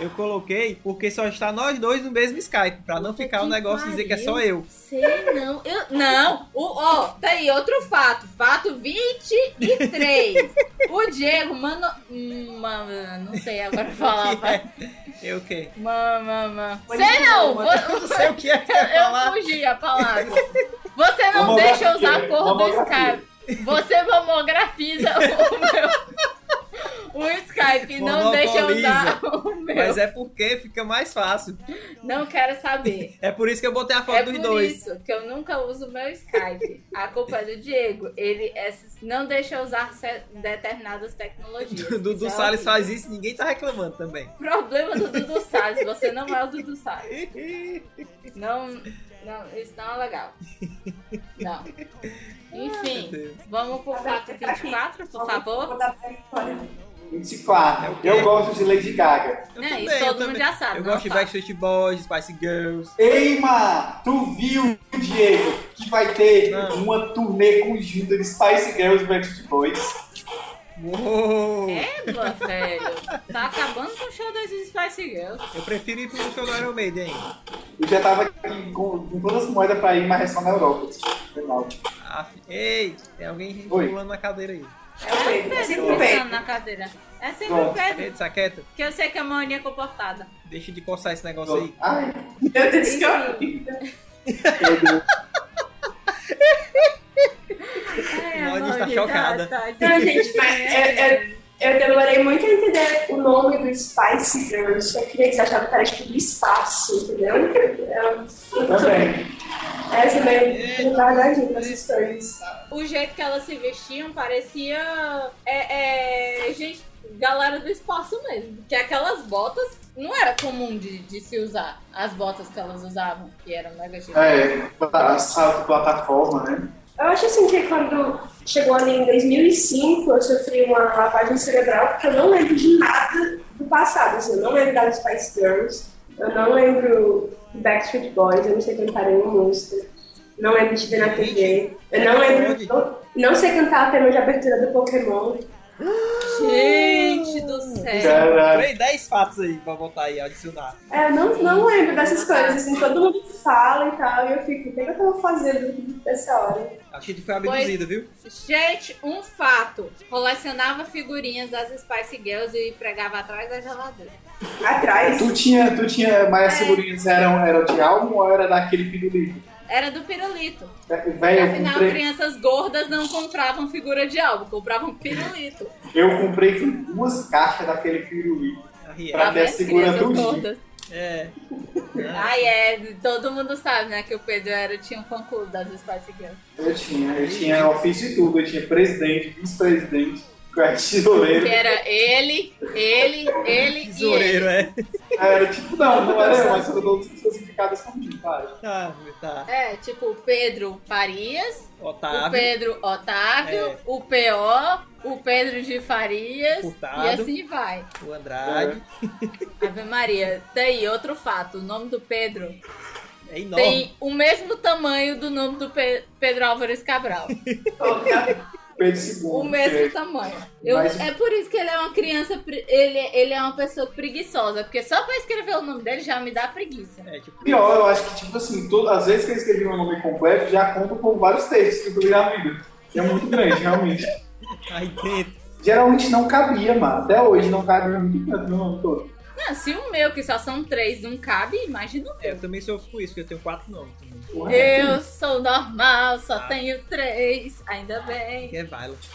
Eu coloquei porque só está nós dois no mesmo Skype. Pra não Puta ficar o que negócio de dizer que é só pariu. eu. Sei não. Eu, não! O, ó, tá aí, outro fato. Fato 23. O Diego, mano. hum, Mano, não sei agora falar. vai. é? Eu o quê? Mano, mano. Sei não! Eu não sei o que é que eu ia Eu falar. fugi a palavra. Você não Mamografia, deixa eu usar a cor do mamografia. Skype. Você mamografiza o meu. O Skype não deixa eu usar o meu. Mas é porque fica mais fácil. Não quero saber. É por isso que eu botei a foto É dos por dois. isso que eu nunca uso o meu Skype. A culpa é do Diego. Ele é- não deixa eu usar ce- determinadas tecnologias. O Dudu Isso é Salles horrível. faz isso e ninguém tá reclamando também. Problema do Dudu Salles. Você não é o Dudu Salles. Não, não, isso não é legal. Não. Enfim, vamos pro fato 24, por favor. Vou dar pra ele fora. 24. É quê? eu gosto de Lady Gaga. Eu Né, também, isso eu todo mundo também. já sabe. Eu não tá. gosto de fala. Backstreet Boys, Spice Girls. Ei, ma, tu viu, Diego, que vai ter Não. uma turnê conjunta de Spice Girls e Backstreet Boys? Uou! É. Eba, sério. Tá acabando com o show das Spice Girls. Eu prefiro ir pro show do Iron Maiden ainda. Eu já tava aqui com, com todas as moedas pra ir, mas é só na Europa. Foi mal. Aff, Ei, tem alguém Oi. pulando na cadeira aí. É o Pedro, é sempre Pedro o Pedro. pensando na cadeira. É sempre o Pronto. Pedro. Ei, tá saqueta, Que eu sei que é uma maninha comportada. deixa de coçar esse negócio aí. Ai, Meu Deus, que horror. meu Deus. É, tá, Maoni está chocada. Não, gente, mas eu, eu, eu demorei muito a entender o nome do Spice Girls. Eu queria que você achava que era tipo do espaço, entendeu? Eu, eu, Também. É, Essa meio retardadinha com essas coisas. O jeito que elas se vestiam parecia. É, é, gente, galera do espaço mesmo. Que aquelas botas não era comum de, de se usar. As botas que elas usavam, que eram mega gigantes. É, plata- salto plataforma, né? Eu acho assim que quando chegou ali em 2005, eu sofri uma lavagem cerebral, porque eu não lembro de nada do passado. Assim, eu não lembro das Spice Girls, eu não lembro do Backstreet Boys, eu não sei cantar nenhuma música, não lembro de ver na TV, eu não lembro, não, não sei cantar o tema de abertura do Pokémon. Gente do céu! Caralho. Comprei 10 fatos aí pra botar aí, adicionar. É, eu não, não lembro dessas coisas, assim, todo mundo fala e tal, e eu fico, o que, é que eu tava fazendo nessa hora? A gente foi abduzida, viu? Gente, um fato. Colecionava figurinhas das Spice Girls e pregava atrás da geladeira. Atrás. Tu tinha, tu tinha, mas as figurinhas eram, eram de álbum ou era daquele pirulito? Era do pirulito. Velho, É, eu Afinal, comprei, crianças gordas não compravam figura de álbum, compravam pirulito. eu comprei duas caixas daquele pirulito. A Riel. Pra Lá ter vem segura crianças tudinho. gordas. Ah, É. Ai, é, todo mundo sabe, né, que o Pedro era, tinha um fã clube das Spice Girls. Eu tinha, eu tinha ofício e tudo, eu tinha presidente, vice-presidente, tesoureiro. Que era ele, ele, ele e ele. Tesoureiro, é. Era tipo, não, não era eu, mas eu dou todas as indicadas comigo, cara. Tá, tá. É, tipo, o Pedro Farias, o Otávio. Pedro Otávio, É. o P.O., o Pedro de Farias, Furtado. e assim vai. O Andrade. Ave Maria, tá aí, outro fato, o nome do Pedro É, enorme. tem o mesmo tamanho do nome do Pe- Pedro Álvares Cabral. Pedro II. O que- mesmo tamanho. Eu- Mas- É por isso que ele é uma criança. pre- Ele, ele é uma pessoa preguiçosa. Porque só pra escrever o nome dele já me dá preguiça. É, tipo, Pior, eu acho que, tipo assim, todas as vezes que eu escrevi meu nome completo, já conto com vários textos que eu li na vida. Que é muito grande, realmente. tá aí dentro. Geralmente não cabia, mano. Até hoje não cabia muito tanto meu nome todo. Não, se o meu, que só são três, não cabe, imagina o É, meu. eu também sofro com isso, porque eu tenho quatro nomes também. Porra. Eu sou normal, só tenho três, ainda bem. Que é Violet.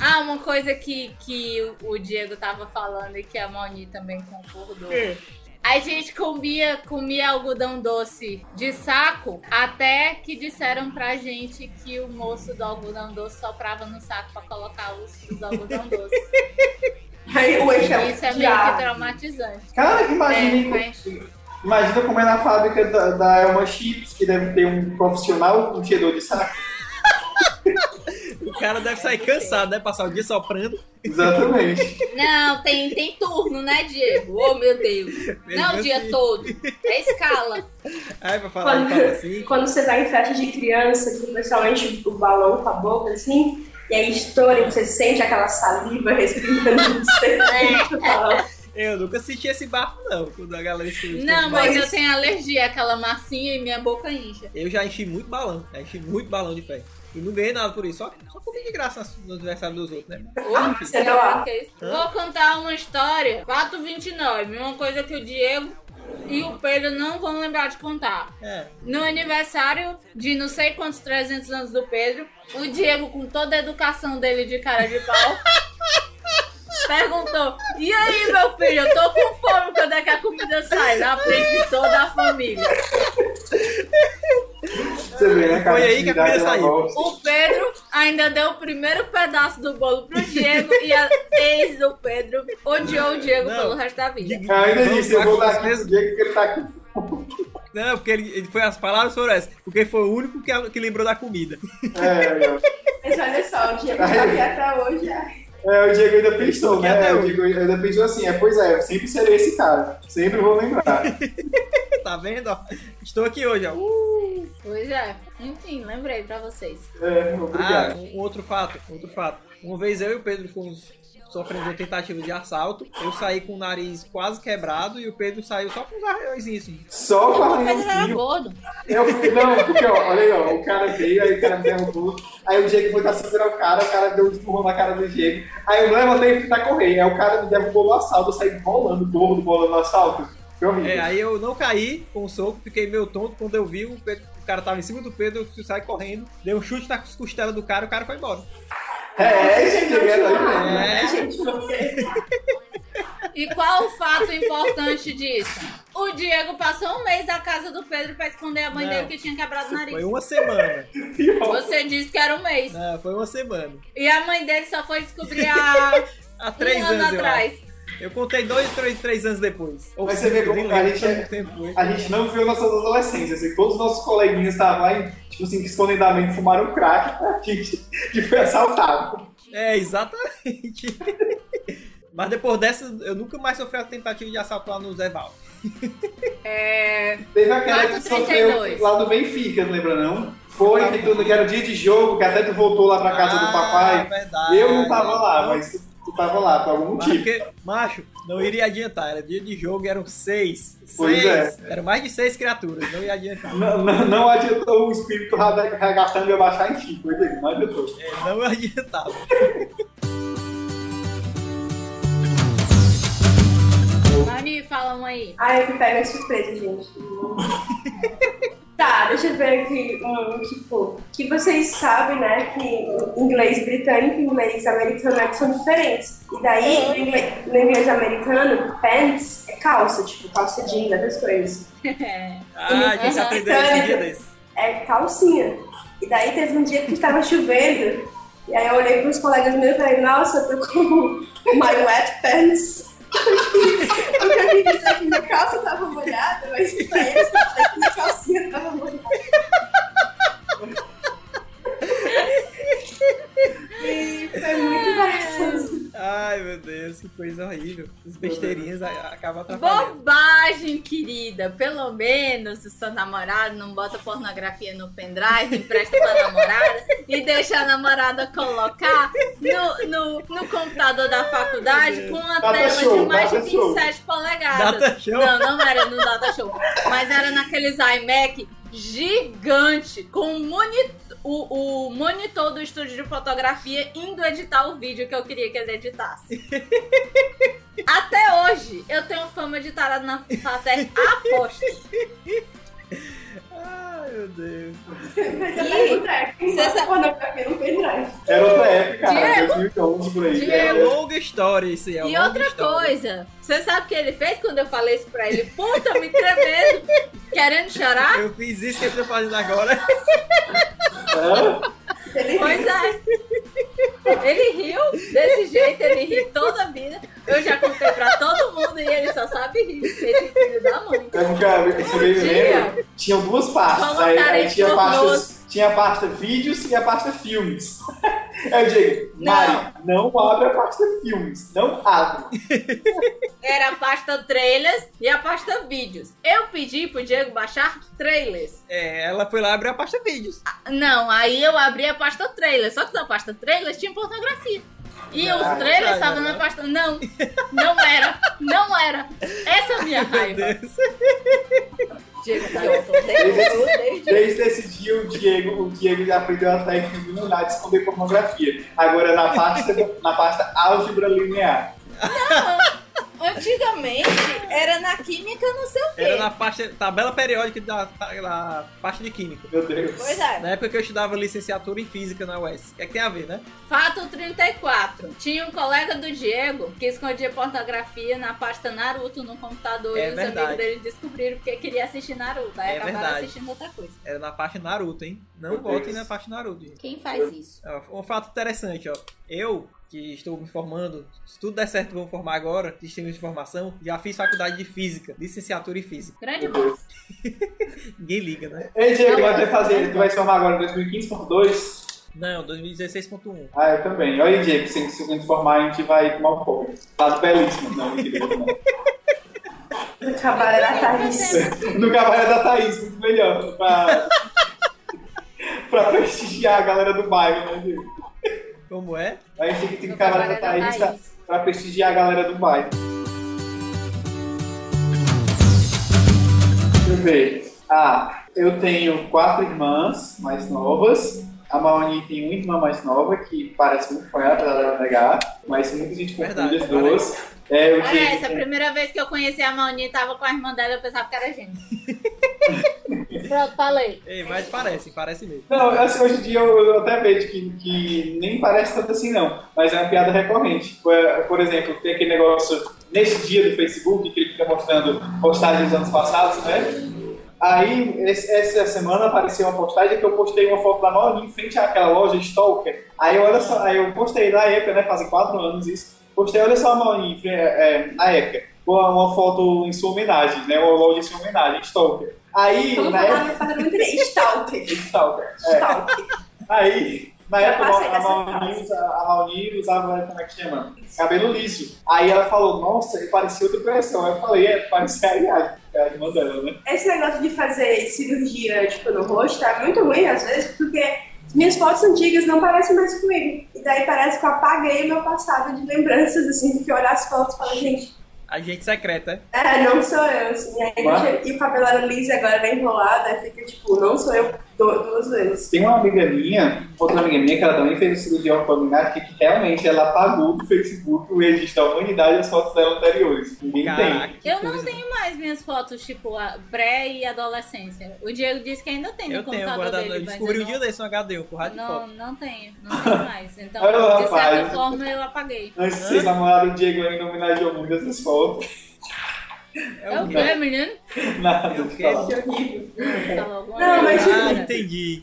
Ah, uma coisa que, que o- o Diego tava falando e que a Moni também concordou. A gente comia, comia algodão doce de saco até que disseram pra gente que o moço do algodão doce soprava no saco pra colocar os, os algodão doce. Aí o eixo é Isso é um meio que diabo. traumatizante. Cara, que imagina. É, Imagina como é na fábrica da, da Elma Chips, que deve ter um profissional, um tirador de saco. O cara deve sair cansado, né? Passar o dia soprando. Exatamente. Não, tem, tem turno, né, Diego? Oh, meu Deus. Não o Mesmo dia assim. todo. É escala. Aí pra falar, ele fala assim. Quando, quando você vai em festa de criança, que o pessoal enche o balão com a boca, assim, e aí estoura, e você sente aquela saliva respirando no centro do balão. Eu nunca senti esse bafo, não, quando a galera se Não, mas eu tenho alergia àquela massinha e minha boca incha. Eu já enchi muito balão, já enchi muito balão de fé. E não ganhei nada por isso, só, só comi de graça nas- no aniversário dos outros, né? Ô, Você é lá. que isso? Vou contar uma história, 429, uma coisa que o Diego e o Pedro não vão lembrar de contar. É, No aniversário de não sei quantos 300 anos do Pedro, o Diego, com toda a educação dele de cara de pau, perguntou: E aí, meu filho, eu tô com fome, quando é que a comida sai? Na frente de toda a família. Você vê, né, cara? Foi aí que a atividade comida ela saiu. volta. O Pedro ainda deu o primeiro pedaço do bolo pro Diego e a ex do Pedro odiou o Diego Não. pelo resto da vida. Ah, ainda disse, eu vou dar aqui mesmo. mesmo dia que ele tá aqui. Não, porque ele, ele foi as palavras foram essas, porque foi o único que, que lembrou da comida. É, Mas olha só, o Diego tá aqui até hoje. é. é, o Diego ainda pensou, Porque até né? O Diego ainda pensou assim, é, pois é, eu sempre serei esse cara. Sempre vou lembrar. Tá vendo? ó? Estou aqui hoje, ó. Uh, Pois é. Enfim, lembrei pra vocês. É, ah, obrigado. um outro fato, outro fato. Uma vez eu e o Pedro fomos sofrendo uma tentativa de assalto, eu saí com o nariz quase quebrado e o Pedro saiu só com os arranhõezinhos, assim. Só com O Pedro era arranhãozinho. gordo. É, Eu fui, não, porque ó, olha aí, ó, o cara veio, aí o cara me derrubou, aí o Diego foi dar cintura ao cara, o cara deu um empurrão na cara do Diego, aí eu levantei e fui tentar correr, aí o cara me derrubou no assalto, eu saí rolando, gordo, bolando no assalto. Foi horrível. É, aí eu não caí com o soco, fiquei meio tonto. Quando eu vi, o, Pedro- o cara tava em cima do Pedro, eu saí correndo, dei um chute nas costelas do cara, o cara foi embora. É, é, gente, é, é, Gente, você- E qual o fato importante disso? O Diego passou um mês na casa do Pedro pra esconder a mãe Não. dele que tinha quebrado o nariz. Foi uma semana. Pior. Você disse que era um mês. Não, foi uma semana. E a mãe dele só foi descobrir há Há um três ano anos, eu acho. atrás. Eu contei dois, três, três anos depois. Ou Mas você vê cinco, como nem a lembro gente é- quanto tempo foi. A gente não viu nossas adolescências. Assim, todos os nossos coleguinhas estavam lá e, tipo assim, escondidamente fumaram crack pra gente que foi assaltado. É, exatamente. Mas depois dessa, eu nunca mais sofri a tentativa de assalto lá no Zé Val. Teve aquela que 4,32. sofreu lá do Benfica, não lembra não? Foi que, tu, que era o dia de jogo, que até tu voltou lá pra casa do Ah, papai. verdade. Eu não tava lá, mas tu, tu tava lá por algum Mas motivo. Porque, macho, não iria adiantar. Era dia de jogo, eram seis. Pois seis. Eram mais de seis criaturas, não ia adiantar. Não, não, não adiantou o espírito ragatanga baixar em ti, coisa aí, não adiantou. É, não adiantava. Mani, fala um aí. Ai, eu que pego as surpresas, gente. tá, deixa eu ver aqui um, tipo, que vocês sabem, né, que o inglês britânico e o inglês americano é que são diferentes. E daí, no inglês, no inglês americano, pants é calça, tipo, calça jeans, essas coisas. É. Ah, a gente Uhum. aprendeu esse dia desse. É calcinha. E daí teve um dia que estava chovendo, e aí eu olhei para os colegas meus e falei, nossa, eu tô com my wet pants. eu queria dizer que minha calça tava molhada, mas pra eles eu falei que minha calcinha tava molhada. E foi muito embaraçoso. Ai, meu Deus, que coisa horrível. As besteirinhas a- acabam atrapalhando. Bobagem, querida. Pelo menos o seu namorado não bota pornografia no pendrive, empresta pra namorada e deixa a namorada colocar no, no, no computador da faculdade com uma Data tela show, de mais de data show. 27 polegadas. Data show. Não, não era no Data Show. Mas era naqueles iMac gigante, com um moni- o, o monitor do estúdio de fotografia indo editar o vídeo que eu queria que ele editasse. Até hoje, eu tenho fama de tarado na facete aposto. Ai, meu Deus. Mas eu peguei um treco. Você sabe- pornografia no pendrive. Era outra época, cara, Diego! 2011 por aí. né? É Era- longa história isso aí. É E longa outra história. coisa, você sabe o que ele fez quando eu falei isso pra ele? Puta, me tremendo, querendo chorar? Eu fiz isso que eu tô fazendo agora. era- Ele Pois é. Ele riu desse jeito, ele ri toda a vida. Eu já contei pra todo mundo e ele só sabe rir. Esse filho da mãe. Era um cara que eu me lembro. Tinha duas partes. Aí, aí Colocarei tinha, por pastas, nós. tinha a pasta vídeos e a pasta filmes. Aí eu digo, Mari, não abre a pasta filmes. Não abre. Era a pasta trailers e a pasta vídeos. Eu pedi pro Diego baixar trailers. É, ela foi lá abrir a pasta vídeos. Não, aí eu abri a pasta trailers. Só que na pasta trailers tinha pornografia. E Ah, os trailers não, estavam não. na pasta. Não, não era, não era. Essa é a minha Meu raiva. Deus. Diego, tá eu tô desde Desde esse dia o Diego, o Diego já aprendeu a técnica milionária de esconder pornografia. Agora na pasta, na pasta álgebra linear. Antigamente era na química, não sei o Era quê. na pasta, tabela periódica da, da, da parte de química. Meu Deus. Pois é. Na época que eu estudava licenciatura em física na UES. O que é que tem a ver, né? Fato 34. Tinha um colega do Diego que escondia pornografia na pasta Naruto no computador É e os verdade. amigos dele descobriram porque queria assistir Naruto. Aí É acabaram verdade. assistindo outra coisa. Era na parte Naruto, hein? Não Meu votem Deus. na parte Naruto, gente. Quem faz isso? Ó, Um fato interessante, ó. Eu, que estou me formando, se tudo der certo, vou me formar agora, sistema de formação, já fiz faculdade de física, licenciatura em física. Grande Meu Deus. Ninguém liga, né? Ei, Diego, vai até fazer. Tu vai se formar agora em 2015 por 2? Não, 2016.1. Ah, eu também. Olha aí, Diego, se se eu me formar, a gente vai tomar um pouco. Lado belíssimo. Não, mentira, não. acabaram na tarde. No Cabaré da Thaís, muito melhor. Pra, pra prestigiar a galera do bairro, né, Diego? Como é? A gente tem que ter No Cabaré da Cabaré da Thaís pra, Thaís. pra prestigiar a galera do bairro. Deixa eu ver. Ah, eu tenho quatro irmãs mais novas. A Maoni tem uma irmã mais nova, que parece muito com ela, apesar dela negar. Mas muita gente confunde Verdade, as duas. É, o Olha, Diego essa é a primeira vez que eu conheci a Mauni tava com a irmã dela, eu pensava que era gente. Pronto, falei. Ei, mas parece, parece mesmo. Não, assim, hoje em dia eu, eu até vejo que, Tipo, que nem parece tanto assim, não. Mas é uma piada recorrente. Por, por exemplo, é, tem aquele negócio nesse dia do Facebook, que ele fica mostrando postagens dos anos passados, né? Aí, esse- essa semana apareceu uma postagem que eu postei uma foto da Norinha em frente àquela loja Stalker. Aí, olha só, aí eu postei na época, né? Fazem quatro anos isso. Postei, olha só a Norinha em fre- é, é, na época. Uma, uma foto em sua homenagem, né? Uma loja em sua homenagem, Stalker. Aí, Vamos na falar época. na parada muito grande. Stalker. Stalker. É. Stalker. Aí, na Já época, passei a dessa Mauni, a Mauni usava, como é que chama? Cabelo liso. Aí ela falou, nossa, ele parecia outra pessoa. Aí eu falei, é, parecia a Ariadne, que é a irmã dela, né? Esse negócio de fazer cirurgia, tipo, no rosto tá muito ruim às vezes, porque minhas fotos antigas não parecem mais comigo. E daí parece que eu apaguei o meu passado de lembranças, assim, de que eu olhar as fotos e falar, gente, A gente secreta, é? é, não sou eu, assim. E, aí, Ué? e o cabelo era liso e agora era enrolado, aí fica, tipo, não sou eu do- duas vezes. Tem uma amiga minha, outra amiga minha, que ela também fez cirurgia abdominal, que realmente ela apagou do Facebook o registro da humanidade e as fotos dela anteriores. Ninguém tem. Caraca. que Eu não coisa. tenho mais minhas fotos, tipo, a pré e adolescência. O Diego disse que ainda tem no Eu tenho computador guardado. dele, Eu mas descobri eu o dia desse no HD, eu porrada de não, não, foto. não tenho, não tenho mais. Então, Olha lá, de certa rapaz. forma, eu apaguei. Antes de vocês namorarem, o Diego ainda homenageou muito essas fotos. É o quê, menino? Nada, Eu de quero falar. Que horrível. Falou alguma Não, mas- tipo, coisa? Ah, entendi.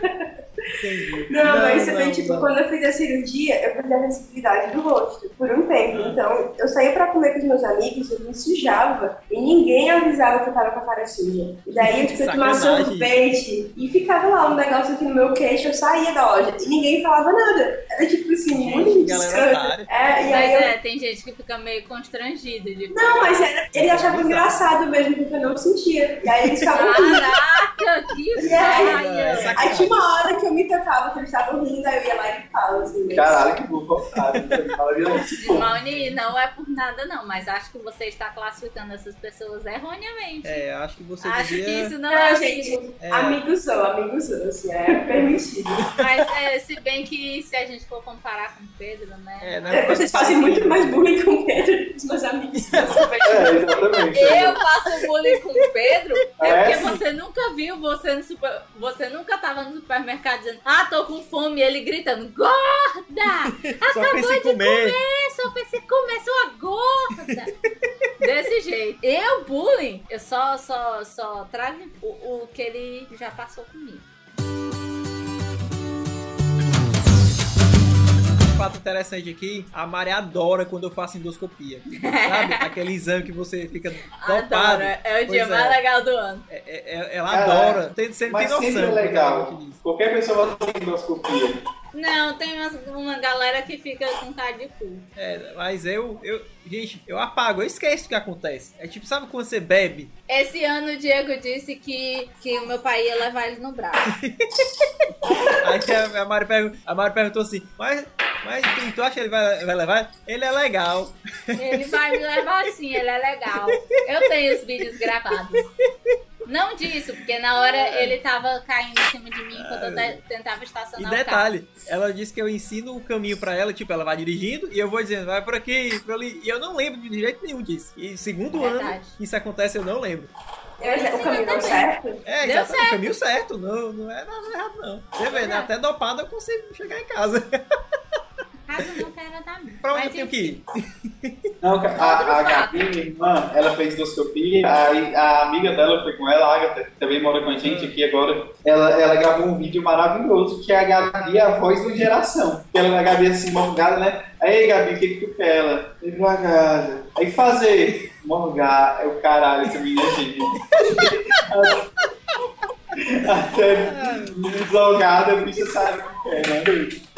entendi. Não, mas você vê, não, tipo, não. quando eu fiz a cirurgia, eu perdi a sensibilidade do rosto por um tempo. Ah. Então, eu saía pra comer com os meus amigos, eu me sujava e ninguém avisava que eu tava com a cara suja. E daí eu tipo, eu tomava Sacanagem. sorvete e ficava lá um negócio aqui no meu queixo, eu saía da loja e ninguém falava nada. Era tipo assim, muito Gente, galera indiscreto. otária. É, e Mas aí eu. é, tem gente que fica meio constrangida de. Não, mas era- ele achava engraçado mesmo, porque eu não sentia. E aí eles ficavam rindo. Caraca, que paia! Aí tinha uma hora que eu me tocava, que eles estavam rindo, aí eu ia lá e falava assim. mesmo. Caralho, que burro, otário. Fala direito. Pô, Mauni, não é por nada não, mas acho que você está classificando essas pessoas erroneamente. É, acho que você acho devia... que isso não é Não, amigo. gente, É. amigos são, amigos são, assim, é permitido. Mas é, se bem que se a gente for comparar com o Pedro, né? É, né? Vocês fazem muito mais bullying com o Pedro, os meus amigos. É, exatamente. Eu faço bullying com o Pedro É, é porque sim. você nunca viu você no super, você nunca tava no supermercado dizendo ah tô com fome e ele gritando gorda Só pensa em comer. é só pensei comer sua gorda desse jeito eu bullying eu só só só trago o, o que ele já passou comigo Um fato interessante aqui, a Mari adora quando eu faço endoscopia. Sabe? Aquele exame que você fica dopado. adoro é o dia Então Pois é. mais legal do ano É- é- é- ela Caralho. adora. Tem, você não tem Mas noção. sempre é do que ela legal. gosta disso. Qualquer pessoa vai fazer endoscopia. não tem uma, uma galera que fica com cara de cu É, mas eu, eu. Gente, eu apago, eu esqueço o que acontece. É tipo, sabe quando você bebe? Esse ano o Diego disse que, que o meu pai ia levar ele no braço. Aí a, a, Mari, pergu- a Mari perguntou assim, mas, mas tu, tu acha que ele vai, vai levar? Ele é legal. Ele vai me levar assim, ele é legal. Eu tenho os vídeos gravados. Não disso, porque na hora ele tava caindo em cima de mim quando eu te- tentava E estacionar o carro. detalhe, ela disse que eu ensino o caminho pra ela, tipo, ela vai dirigindo e eu vou dizendo, vai por aqui, por ali. E eu não lembro de jeito nenhum disso. E segundo ano Verdade. que isso acontece, eu não lembro. É, O caminho deu certo? É, Deu exatamente, o caminho certo, não, não é nada errado, não. Você vê, né, até dopada eu consigo chegar em casa. Caso não quero dar mim. pra onde eu Mas, tenho que enfim, ir? Não, a, a fato. Gabi, minha irmã, ela fez endoscopia, aí a amiga dela foi com ela, a Agatha, que também mora com a Ah. gente aqui agora. Ela, ela gravou um vídeo maravilhoso que é a Gabi, é a voz do geração. Ela, a Gabi assim, morgada, né? Aí, Gabi, o que que tu quer? Ela, ir pra casa. Aí, fazer? Morgar. Eu, caralho, essa menina é gênio. Até deslogada, a bicha sabe o que é, né? doido?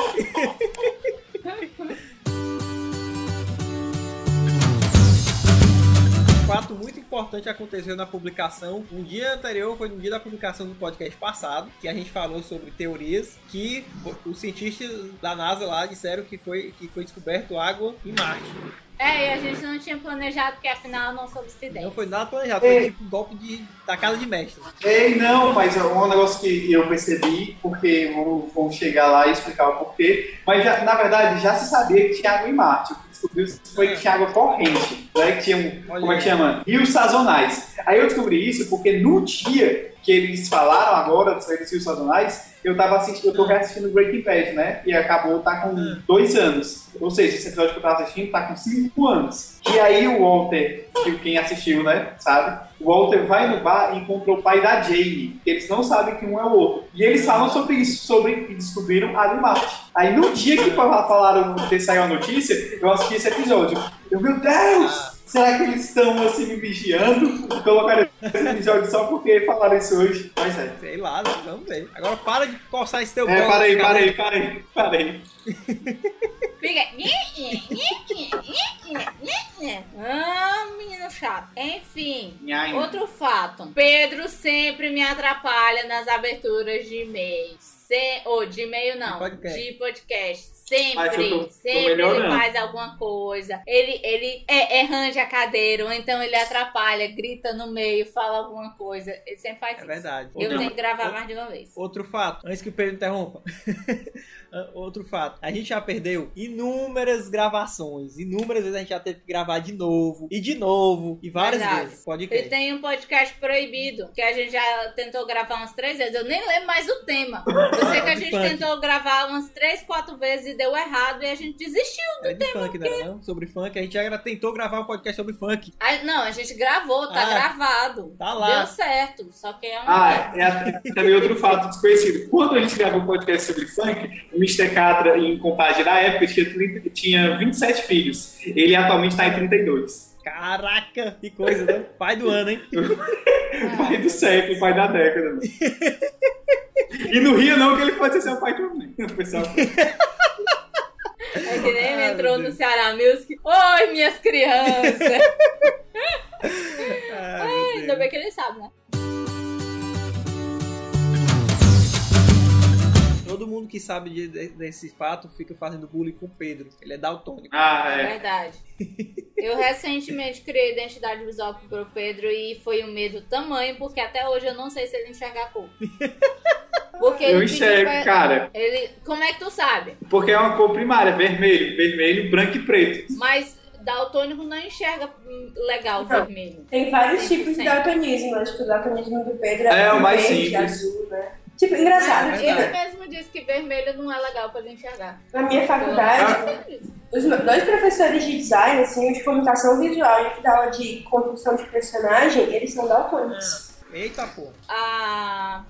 Um fato muito importante aconteceu na publicação. Um dia anterior foi no dia da publicação do podcast passado, que a gente falou sobre teorias que os cientistas da NASA lá disseram que foi, que foi descoberto água em Marte. É, e a gente não tinha planejado, porque afinal eu não soube se Não ideia. foi nada planejado, foi tipo um golpe de, da casa de mestre. Ei, não, mas é um negócio que eu percebi, porque vou, vou chegar lá e explicar o porquê. Mas já- na verdade já se sabia que tinha água em Marte. O que descobriu isso foi que tinha água corrente, né? Que tinha um, Olha como é que aí. chama? Rios sazonais. Aí eu descobri isso porque no dia que eles falaram agora dos rios sazonais, eu tava assistindo, eu Ah. tô reassistindo Breaking Bad, né? E acabou, tá com dois anos. Ou seja, esse episódio que eu tava assistindo tá com cinco anos. E aí o Walter, que quem assistiu, né, sabe? O Walter vai no bar e encontra o pai da Jane. Eles não sabem que um é o outro. E eles falam sobre isso, sobre que descobriram a Marte. Aí no dia que fa- falaram que saiu a notícia, eu assisti esse episódio. Eu, meu Deus! Será que eles estão assim me vigiando? E Colocaram esse episódio só porque falaram isso hoje. Mas é. Sei lá, vamos ver. Agora para de coçar esse teu É, colo, para aí, cara. para aí, para aí, para aí. Fica. Ah, menino chato. Enfim. Nhaim. Outro fato. Pedro sempre me atrapalha nas aberturas de e-mail. Se... Ou de e-mail não. De podcast. De podcast. Mas Sempre. eu tô- tô sempre ele melhorando. faz alguma coisa. Ele, ele é, é arranja a cadeira, ou então ele atrapalha, grita no meio, fala alguma coisa. Ele sempre faz É isso. verdade. Eu Não. tenho que gravar mais de uma vez. Outro fato, antes que o Pedro interrompa. Outro fato, a gente já perdeu inúmeras gravações, inúmeras vezes a gente já teve que gravar de novo, e de novo, e várias Verdade. vezes. Pode Ele crer. tem um podcast proibido, que a gente já tentou gravar umas três vezes. Eu nem lembro mais o tema. Eu sei que a gente Funk. tentou gravar umas três, quatro vezes e deu errado e a gente desistiu. É de um funk, não era não? Sobre funk, a gente já tentou gravar um podcast sobre funk. Aí- não, a gente gravou, tá Ah, gravado. tá lá. Deu certo, só que é um. Ah, é a- também outro fato desconhecido. Quando a gente gravou o podcast sobre funk, o Mr. Catra, em contagem da época, tinha, 30 tinha 27 filhos. Ele atualmente está em 32. Caraca, que coisa, né? Pai do ano, hein? Ah, Pai do século, pai da década. né? E não ria não que ele pode ser seu pai também. O pessoal É que nem ele Ai, entrou meu no Deus. Ceará Music. Oi, minhas crianças! Ai, meu Ainda Deus. bem que ele sabe, né? Todo mundo que sabe de- de- desse fato fica fazendo bullying com o Pedro. Ele é daltônico. Ah, é. Verdade. Eu recentemente criei identidade visual pro Pedro e foi um medo tamanho, porque até hoje eu não sei se ele enxerga a cor. Porque É, ele Eu pediu enxergo, pra- cara. Ele, como é que tu sabe? Porque é uma cor primária, vermelho, vermelho, branco e preto. Mas daltônico não enxerga hum, legal o Não. vermelho. Tem vários tipos de 100%. daltonismo. Acho que o daltonismo do Pedro é, É, o mais verde, simples. azul, né? Tipo, engraçado, Mas que ele mesmo disse que vermelho não é legal pra ele enxergar. na minha faculdade, Ah. é Os meus dois professores de design, assim, de comunicação visual e que dá aula de construção de personagem, eles são daltônicos. Eita porra. a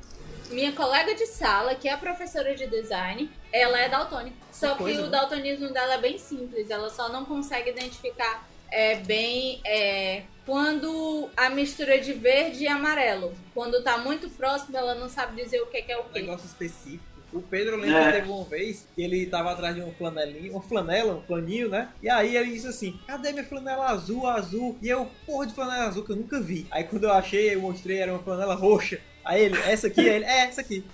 minha colega de sala, que é professora de design, ela é daltônica. Só que, coisa, o né? daltonismo dela é bem simples, ela só não consegue identificar é, bem é, quando a mistura é de verde e amarelo. Quando tá muito próximo, ela não sabe dizer o que que é o Um que. negócio específico. O Pedro lembra que teve uma vez que ele tava atrás de uma flanelinha, uma flanela, um planinho, né? E aí ele disse assim: cadê minha flanela azul, azul? E eu, porra de flanela azul que eu nunca vi. Aí quando eu achei, eu mostrei, era uma flanela roxa. Aí ele, essa aqui, Aí ele, é essa aqui.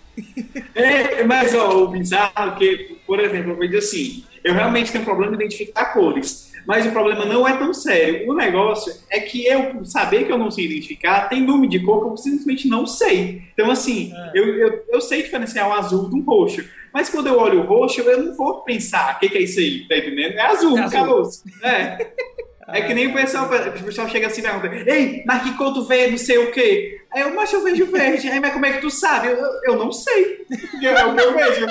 É, mas ó, o bizarro é que, por exemplo, eu vejo assim, eu realmente tenho um problema de identificar cores, mas o problema não é tão sério. O negócio é que eu por saber que eu não sei identificar, tem nome de cor que eu simplesmente não sei. Então, assim, É. eu, eu, eu sei diferenciar um azul de um roxo. Mas quando eu olho o roxo, eu não vou pensar, o que, que é isso aí? Tá entendendo? É azul, É é azul. É. É que nem o pessoal, o pessoal chega assim e pergunta, ei, mas que cor tu vê, não sei o quê? Aí eu, mas eu vejo verde. Aí, mas como é que tu sabe? Eu, eu- eu não sei. Porque é o que eu vejo.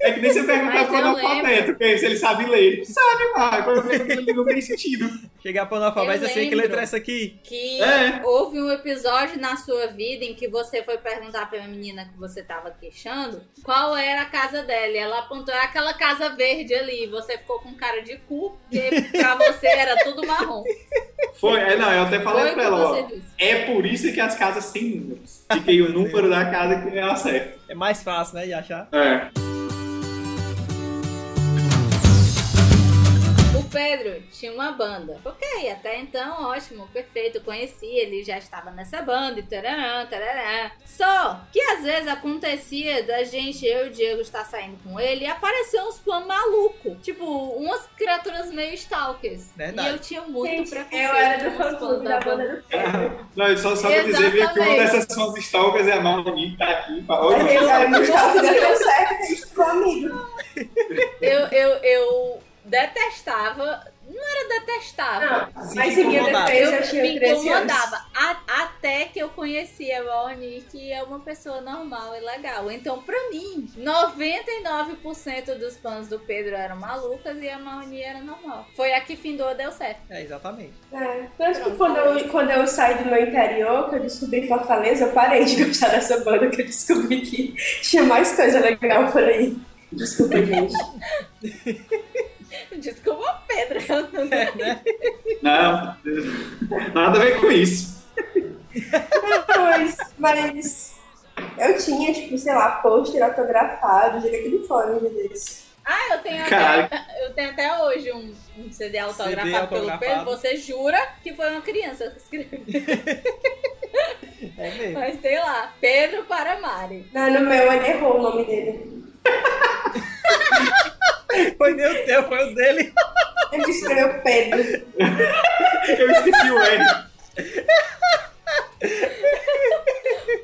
É que nem você perguntar Mas pro eu analfabeto, que se ele sabe ler. Ele sabe, mas o problema é que não tem sentido. Chegar pra analfabeto Eu assim, que lembro. letra é essa aqui? Que É. houve um episódio na sua vida em que você foi perguntar pra menina que você tava queixando qual era a casa dela. E ela apontou "É aquela casa verde ali. E você ficou com cara de cu, porque pra você era tudo marrom. Foi, é, não, eu até Foi falei o pra que ela, ó. você disse. É por isso que as casas têm números. E tem o número da casa que ela acerta. É mais fácil, né, de achar. É. O Pedro tinha uma banda. Ok, até então ótimo, perfeito, conheci, ele já estava nessa banda e tarará, tarará. Só que às vezes acontecia da gente, eu e o Diego, estar saindo com ele e apareceu uns planos malucos. Tipo, umas criaturas meio stalkers. Verdade. E eu tinha muito preconceito eu era do com os planos fã clube da banda do Pedro. Não, eu só só pra dizer viu, que uma Exatamente. É dessas suas stalkers é a Marlene, tá aqui. Pra... Mas eles eram muito daltônicos, deu certo, a gente ficou amigo. Eu, eu, eu detestava. Não era detestável. Não, Se mas em minha incomodava. defesa eu me tinha 13 anos. incomodava. A- até que eu conhecia o Oni, que é uma pessoa normal e legal. Então, pra mim, 99% dos fãs do Pedro eram malucas e a Maoni era normal. Foi a que findou, deu certo. É, exatamente. É, tanto que quando eu, quando eu saí do meu interior, que eu descobri Fortaleza, eu parei de gostar dessa banda, que eu descobri que tinha mais coisa legal por aí. Desculpa, gente. Desculpa, Pedro. É, né? Não, nada a ver com isso. Mas, mas eu tinha, tipo, sei lá, pôster autografado, joguei um aquele fone desse. Ah, eu tenho Caralho. até, eu tenho até hoje um, um CD autografado, pelo autografado. Pedro. Você jura que foi uma criança que escreveu. É mesmo. Mas tem lá, Pedro para Mari. Não, no meu ele errou o nome dele. Foi nem o teu, foi o dele. Ele escreveu Pedro. Eu esqueci o R.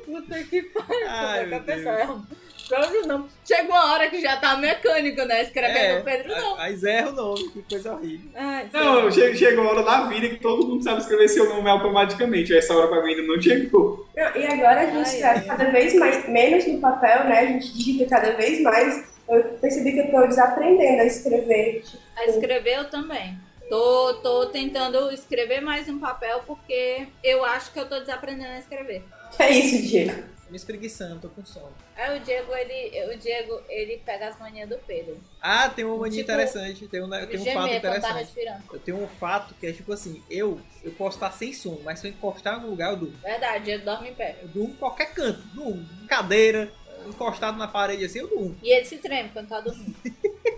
Puta que pariu. Ai, Qualquer meu pessoa é um- Pronto, não. Chegou a hora que já tá mecânico, né? É. Escrevendo Pedro, a- não. Mas erra o nome, que coisa horrível. Ai, sei Não, che- chegou a hora da vida que todo mundo sabe escrever seu nome automaticamente. Essa hora pra mim ainda não chegou. Não, e agora a gente Ai, escreve cada vez mais, menos no papel, né? A gente digita cada vez mais. Eu percebi que eu tô desaprendendo a escrever. lá. Ah, Escreveu também. Tô, tô tentando escrever mais um papel porque eu acho que eu tô desaprendendo a escrever. Que é isso, Diego? Me espreguiçando, tô com sono. Aí o Diego, ele, o Diego, ele pega as manias do Pedro. Ah, tem uma mania Tipo, interessante, tem um, tem um Gemer fato quando tá interessante. respirando. Eu tenho um fato que é tipo assim, eu, eu posso estar sem sono, mas se eu encostar no lugar, eu durmo. Verdade, o Diego dorme em pé. Eu durmo em qualquer canto, durmo, em cadeira, encostado na parede assim, eu durmo. E ele se treme quando tá dormindo.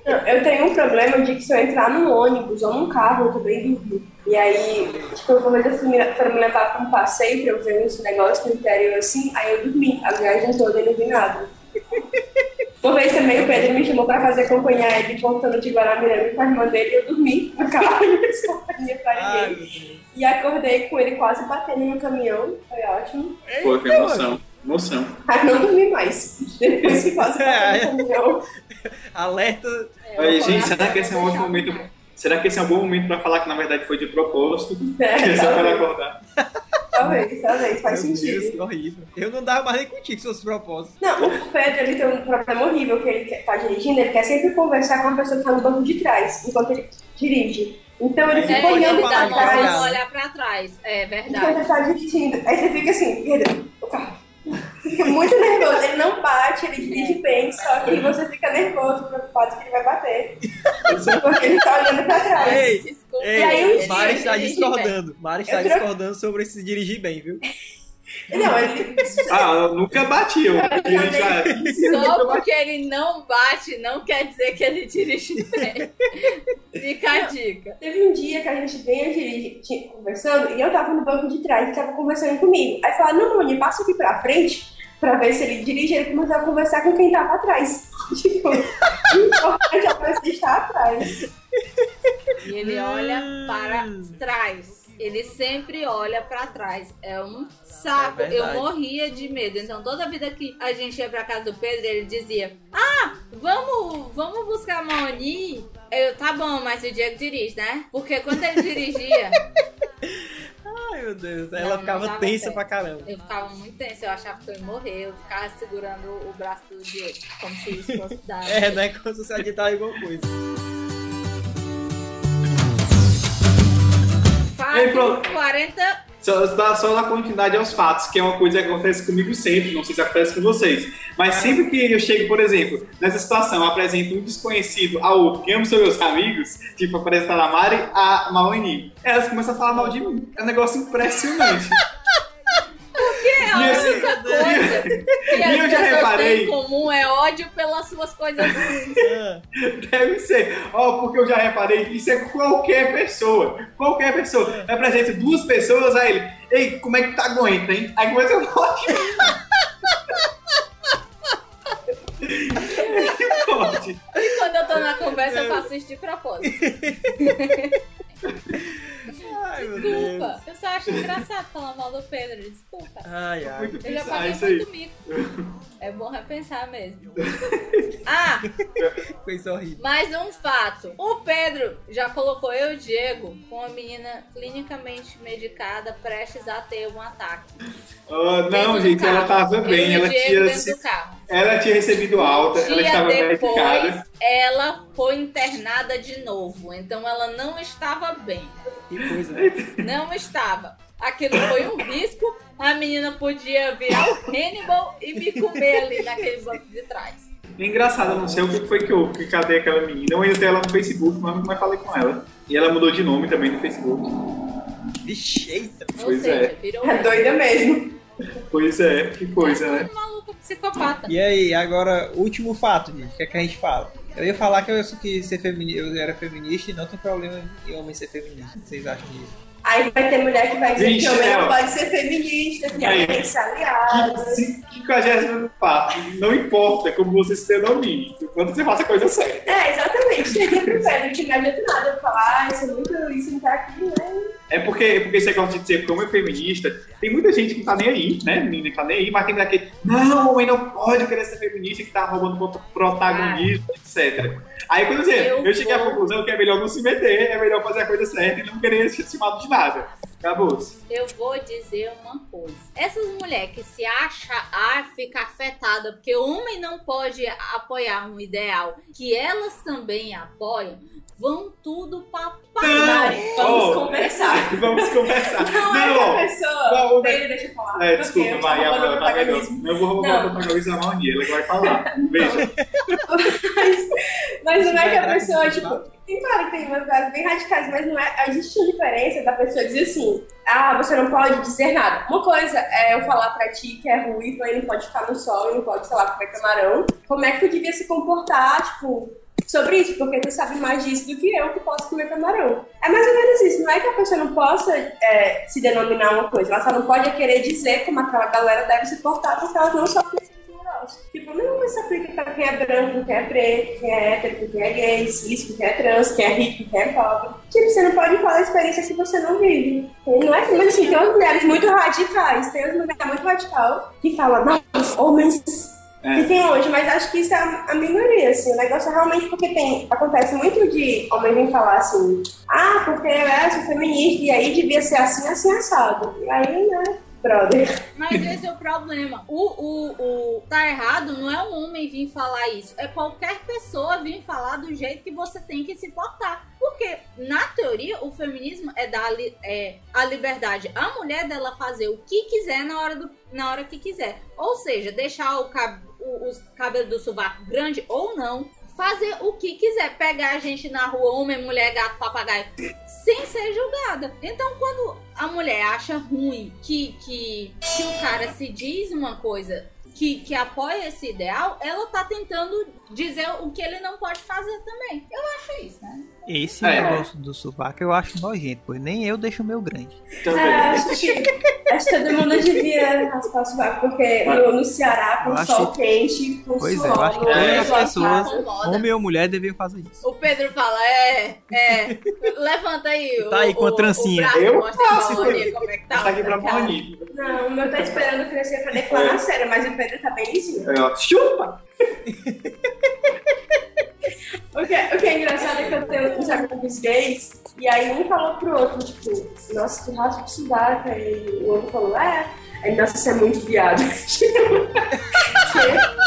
Não, eu tenho um problema de que se eu entrar num ônibus ou num carro, eu também durmo. E aí, tipo, eu vou fazer me, pra me levar pra um passeio, pra eu ver uns negócios no interior assim, aí eu dormi. A viagem toda eu não vi nada. Uma vez também o Pedro me chamou pra fazer acompanhar ele voltando de Guaramirama com a irmã dele e eu dormi no carro e não fiz companhia pra Ai, ninguém. meu Deus. E acordei com ele quase batendo no caminhão, foi ótimo. Foi, foi emoção. Emoção. Aí não dormi mais. Depois que quase É. batendo no caminhão. Alerta, É, Olha, o gente, coração será que esse é um não ótimo deixa momento? Será que esse é um bom momento pra falar que na verdade foi de propósito? É, Que só pra talvez, acordar. talvez, talvez, faz meu sentido. Deus, que horrível. Eu não dava mais nem contigo se fosse propósito. Não, o Pedro ele tem um problema horrível que ele quer- tá dirigindo, ele quer sempre conversar com a pessoa que tá no banco de trás, enquanto ele dirige. Então ele É, fica É, olhando ele dá pra falar tá uma de olhada, casa. trás olhar pra trás. É enquanto verdade. ele tá dirigindo. Aí você fica assim, Pedro, o carro. Você fica muito nervoso, ele não bate, ele dirige bem, só que você fica nervoso, preocupado que ele vai bater. Porque ele tá olhando pra É. trás. Ei, Desculpa. ei, E aí um o ele- Mari ele- está ele- discordando. Mari está Eu troco- discordando sobre se dirigir bem, viu? Não, ele. Ah, eu nunca bati. Eu, eu já- Só porque ele não bate, não quer dizer que ele dirige bem. Fica a dica. Teve um dia que a gente veio dirigir, ti- conversando e eu tava no banco de trás e tava conversando comigo. Aí falaram, não, Moni, passa aqui pra frente pra ver se ele dirige. Ele começou a conversar com quem tava atrás. Tipo, o importante é pra você estar atrás. E ele olha para Hum. trás. Ele sempre olha pra trás. É um saco. É verdade. eu morria de medo. Então, toda vida que a gente ia pra casa do Pedro, ele dizia: Ah, vamos, vamos buscar a Maoni. Eu, tá bom, mas o Diego dirige, né? Porque quando ele dirigia, Ai, meu Deus. Não, Ela não ficava dava tensa certo. pra caramba. eu ficava muito tensa. Eu achava que eu ia morrer. Eu ficava segurando o braço do Diego, como se isso fosse dar. É, né? Como se você adiantar alguma coisa. Fato Ei, pronto. 40. Só, só, só dar continuidade aos fatos, que é uma coisa que acontece comigo sempre, não sei se acontece com vocês. Mas sempre que eu chego, por exemplo, nessa situação, eu apresento um desconhecido a outro, que ambos são meus amigos, tipo, apresentar a Mari, a Maoni. Elas começam a falar mal de mim. É um negócio impressionante. É a E assim, única coisa que e as eu já pessoas têm reparei. em comum é ódio pelas suas coisas ruins. Ah, Deve ser. Ó, porque eu já reparei que isso é qualquer pessoa. Qualquer pessoa. Eu apresento duas pessoas, aí ele, ei, como é que tá aguenta, hein? Aí começa a falar de mim. Que É forte. E quando eu tô na conversa, eu É. faço isso de propósito. Ai, meu Deus. Desculpa. Eu só acho engraçado falar mal do Pedro, desculpa. Ai, ai. Eu já Ah, paguei isso aí. muito mico. É bom repensar mesmo. Ah, Coisa horrível. mais um fato. O Pedro já colocou eu e o Diego com a menina clinicamente medicada prestes a ter um ataque. Ah, Dentro não, do gente, ela carro. tava Eu bem. e o Ela Diego tinha, dentro se- do carro. ela tinha recebido alta, ela Dia estava medicada. depois, ela foi internada de novo. Então ela não estava bem. Que coisa. né? Não estava. Aquilo foi um risco. A menina podia virar o Hannibal e me comer ali naquele banco de trás. É engraçado, eu não sei o que foi que eu que cadê aquela menina. Eu ainda tenho ela no Facebook, mas nunca mais falei com ela. E ela mudou de nome também no Facebook. Vixe, eita. Ou Pois seja, é. virou É doida mesmo. Pois é, que coisa, né? um maluco psicopata. E aí, agora, último fato, gente. O que é que a gente fala? Eu ia falar que eu sou que ser femini... eu era feminista e não tem problema em homem ser feminista. O que Vocês acham disso? Aí vai ter mulher que vai dizer Vixe, que homem não. não pode ser feminista, que é Aí. ela tem que ser aliada. Que- que 50 fato. Não importa como você se denomine, enquanto você faça a coisa certa. É, exatamente. Pedro, que não adianta nada falar, ah, isso é muito, isso não tá aqui, né? É porque, porque você gosta de dizer que homem é feminista. Tem muita gente que não tá nem aí, né? Menina que tá nem aí, mas tem daquele. Não, homem não pode querer ser feminista que tá roubando pro- protagonismo, Ah. etc. Aí quando você. Eu Eu, cheguei à vou- conclusão que é melhor não se meter, é melhor fazer a coisa certa e não querer ser chamado de nada. Acabou. Eu vou dizer uma coisa. Essas mulheres que se acha ah, fica afetada porque o homem não pode apoiar um ideal que elas também apoiam, vão tudo pra Não! papai. Vamos Oh. conversar. Vamos conversar. Ah. Não, é que ó. a pessoa. Não, o- Pedro, deixa eu falar. É, Porque desculpa, eu tô vai, roubando ela tá melhor. protagonismo. Eu vou roubar Não. o protagonista da Maoni, ela que vai falar. Veja. Mas não é que a Será pessoa, isso tipo. Tem claro que tem umas frases bem radicais, mas não é. Existe a diferença da pessoa dizer assim: ah, você não pode dizer nada. Uma coisa é eu falar pra ti que é ruiva e não pode ficar no sol e não pode, sei lá, comer camarão. Como é que tu devia se comportar, tipo, sobre isso? Porque tu sabe mais disso do que eu que posso comer camarão. É mais ou menos isso. Não é que a pessoa não possa é, se denominar uma coisa, ela só não pode querer dizer como aquela galera deve se portar porque elas não são negócio. Tipo, não isso aplica pra quem é branco, quem é preto, quem é hétero, quem é gay, cis, quem é trans, quem é rico, quem é pobre. Tipo, você não pode falar experiência que você não vive. E Não é assim, mas assim, tem umas mulheres muito radicais, tem umas mulheres muito radical que falam, nós, homens, É. que tem hoje, mas acho que isso é a a minoria, assim, o negócio é realmente porque tem, acontece muito de homem vir falar assim, ah, porque eu era feminista, e aí devia ser assim, assim, assado. E aí, né, brother. Mas esse é o problema. O, o, o tá errado não é um homem vir falar isso. É qualquer pessoa vir falar do jeito que você tem que se portar. Porque, na teoria, o feminismo é dar li- é, a liberdade à mulher dela fazer o que quiser na hora, do, na hora que quiser. Ou seja, deixar o, cab o, os cabelo do sovaco grande ou não. Fazer o que quiser. Pegar a gente na rua, homem, mulher, gato, papagaio, sem ser julgada. Então, quando a mulher acha ruim que, que, que o cara se diz uma coisa que, que apoia esse ideal, ela tá tentando dizer o que ele não pode fazer também. Eu acho isso, né? Esse É. negócio do sovaco eu acho nojento, pois nem eu deixo o meu grande. É, Também. acho que, acho que todo mundo devia raspar o sovaco, porque no, no Ceará, com Eu acho sol quente, com Pois é, eu suor, acho que no- todas no as asfalto, pessoas- Incomoda. Homem ou mulher deviam fazer isso. O Pedro fala, é, é, levanta aí. Tá aí o- com a o- trancinha. O braço, Eu mostra faço. pra Maria como é que tá. Tá aqui pra Cara, Maoni. Não, o meu tá esperando crescer pra declarar sério, mas o Pedro tá bem lisinho. É, ó, Chupa! O que, o que é engraçado é que eu tenho uns amigos gays, e aí um falou pro outro, tipo, nossa, que raspa de sovaco, aí o outro falou, é, aí, nossa, você é muito viado. Que-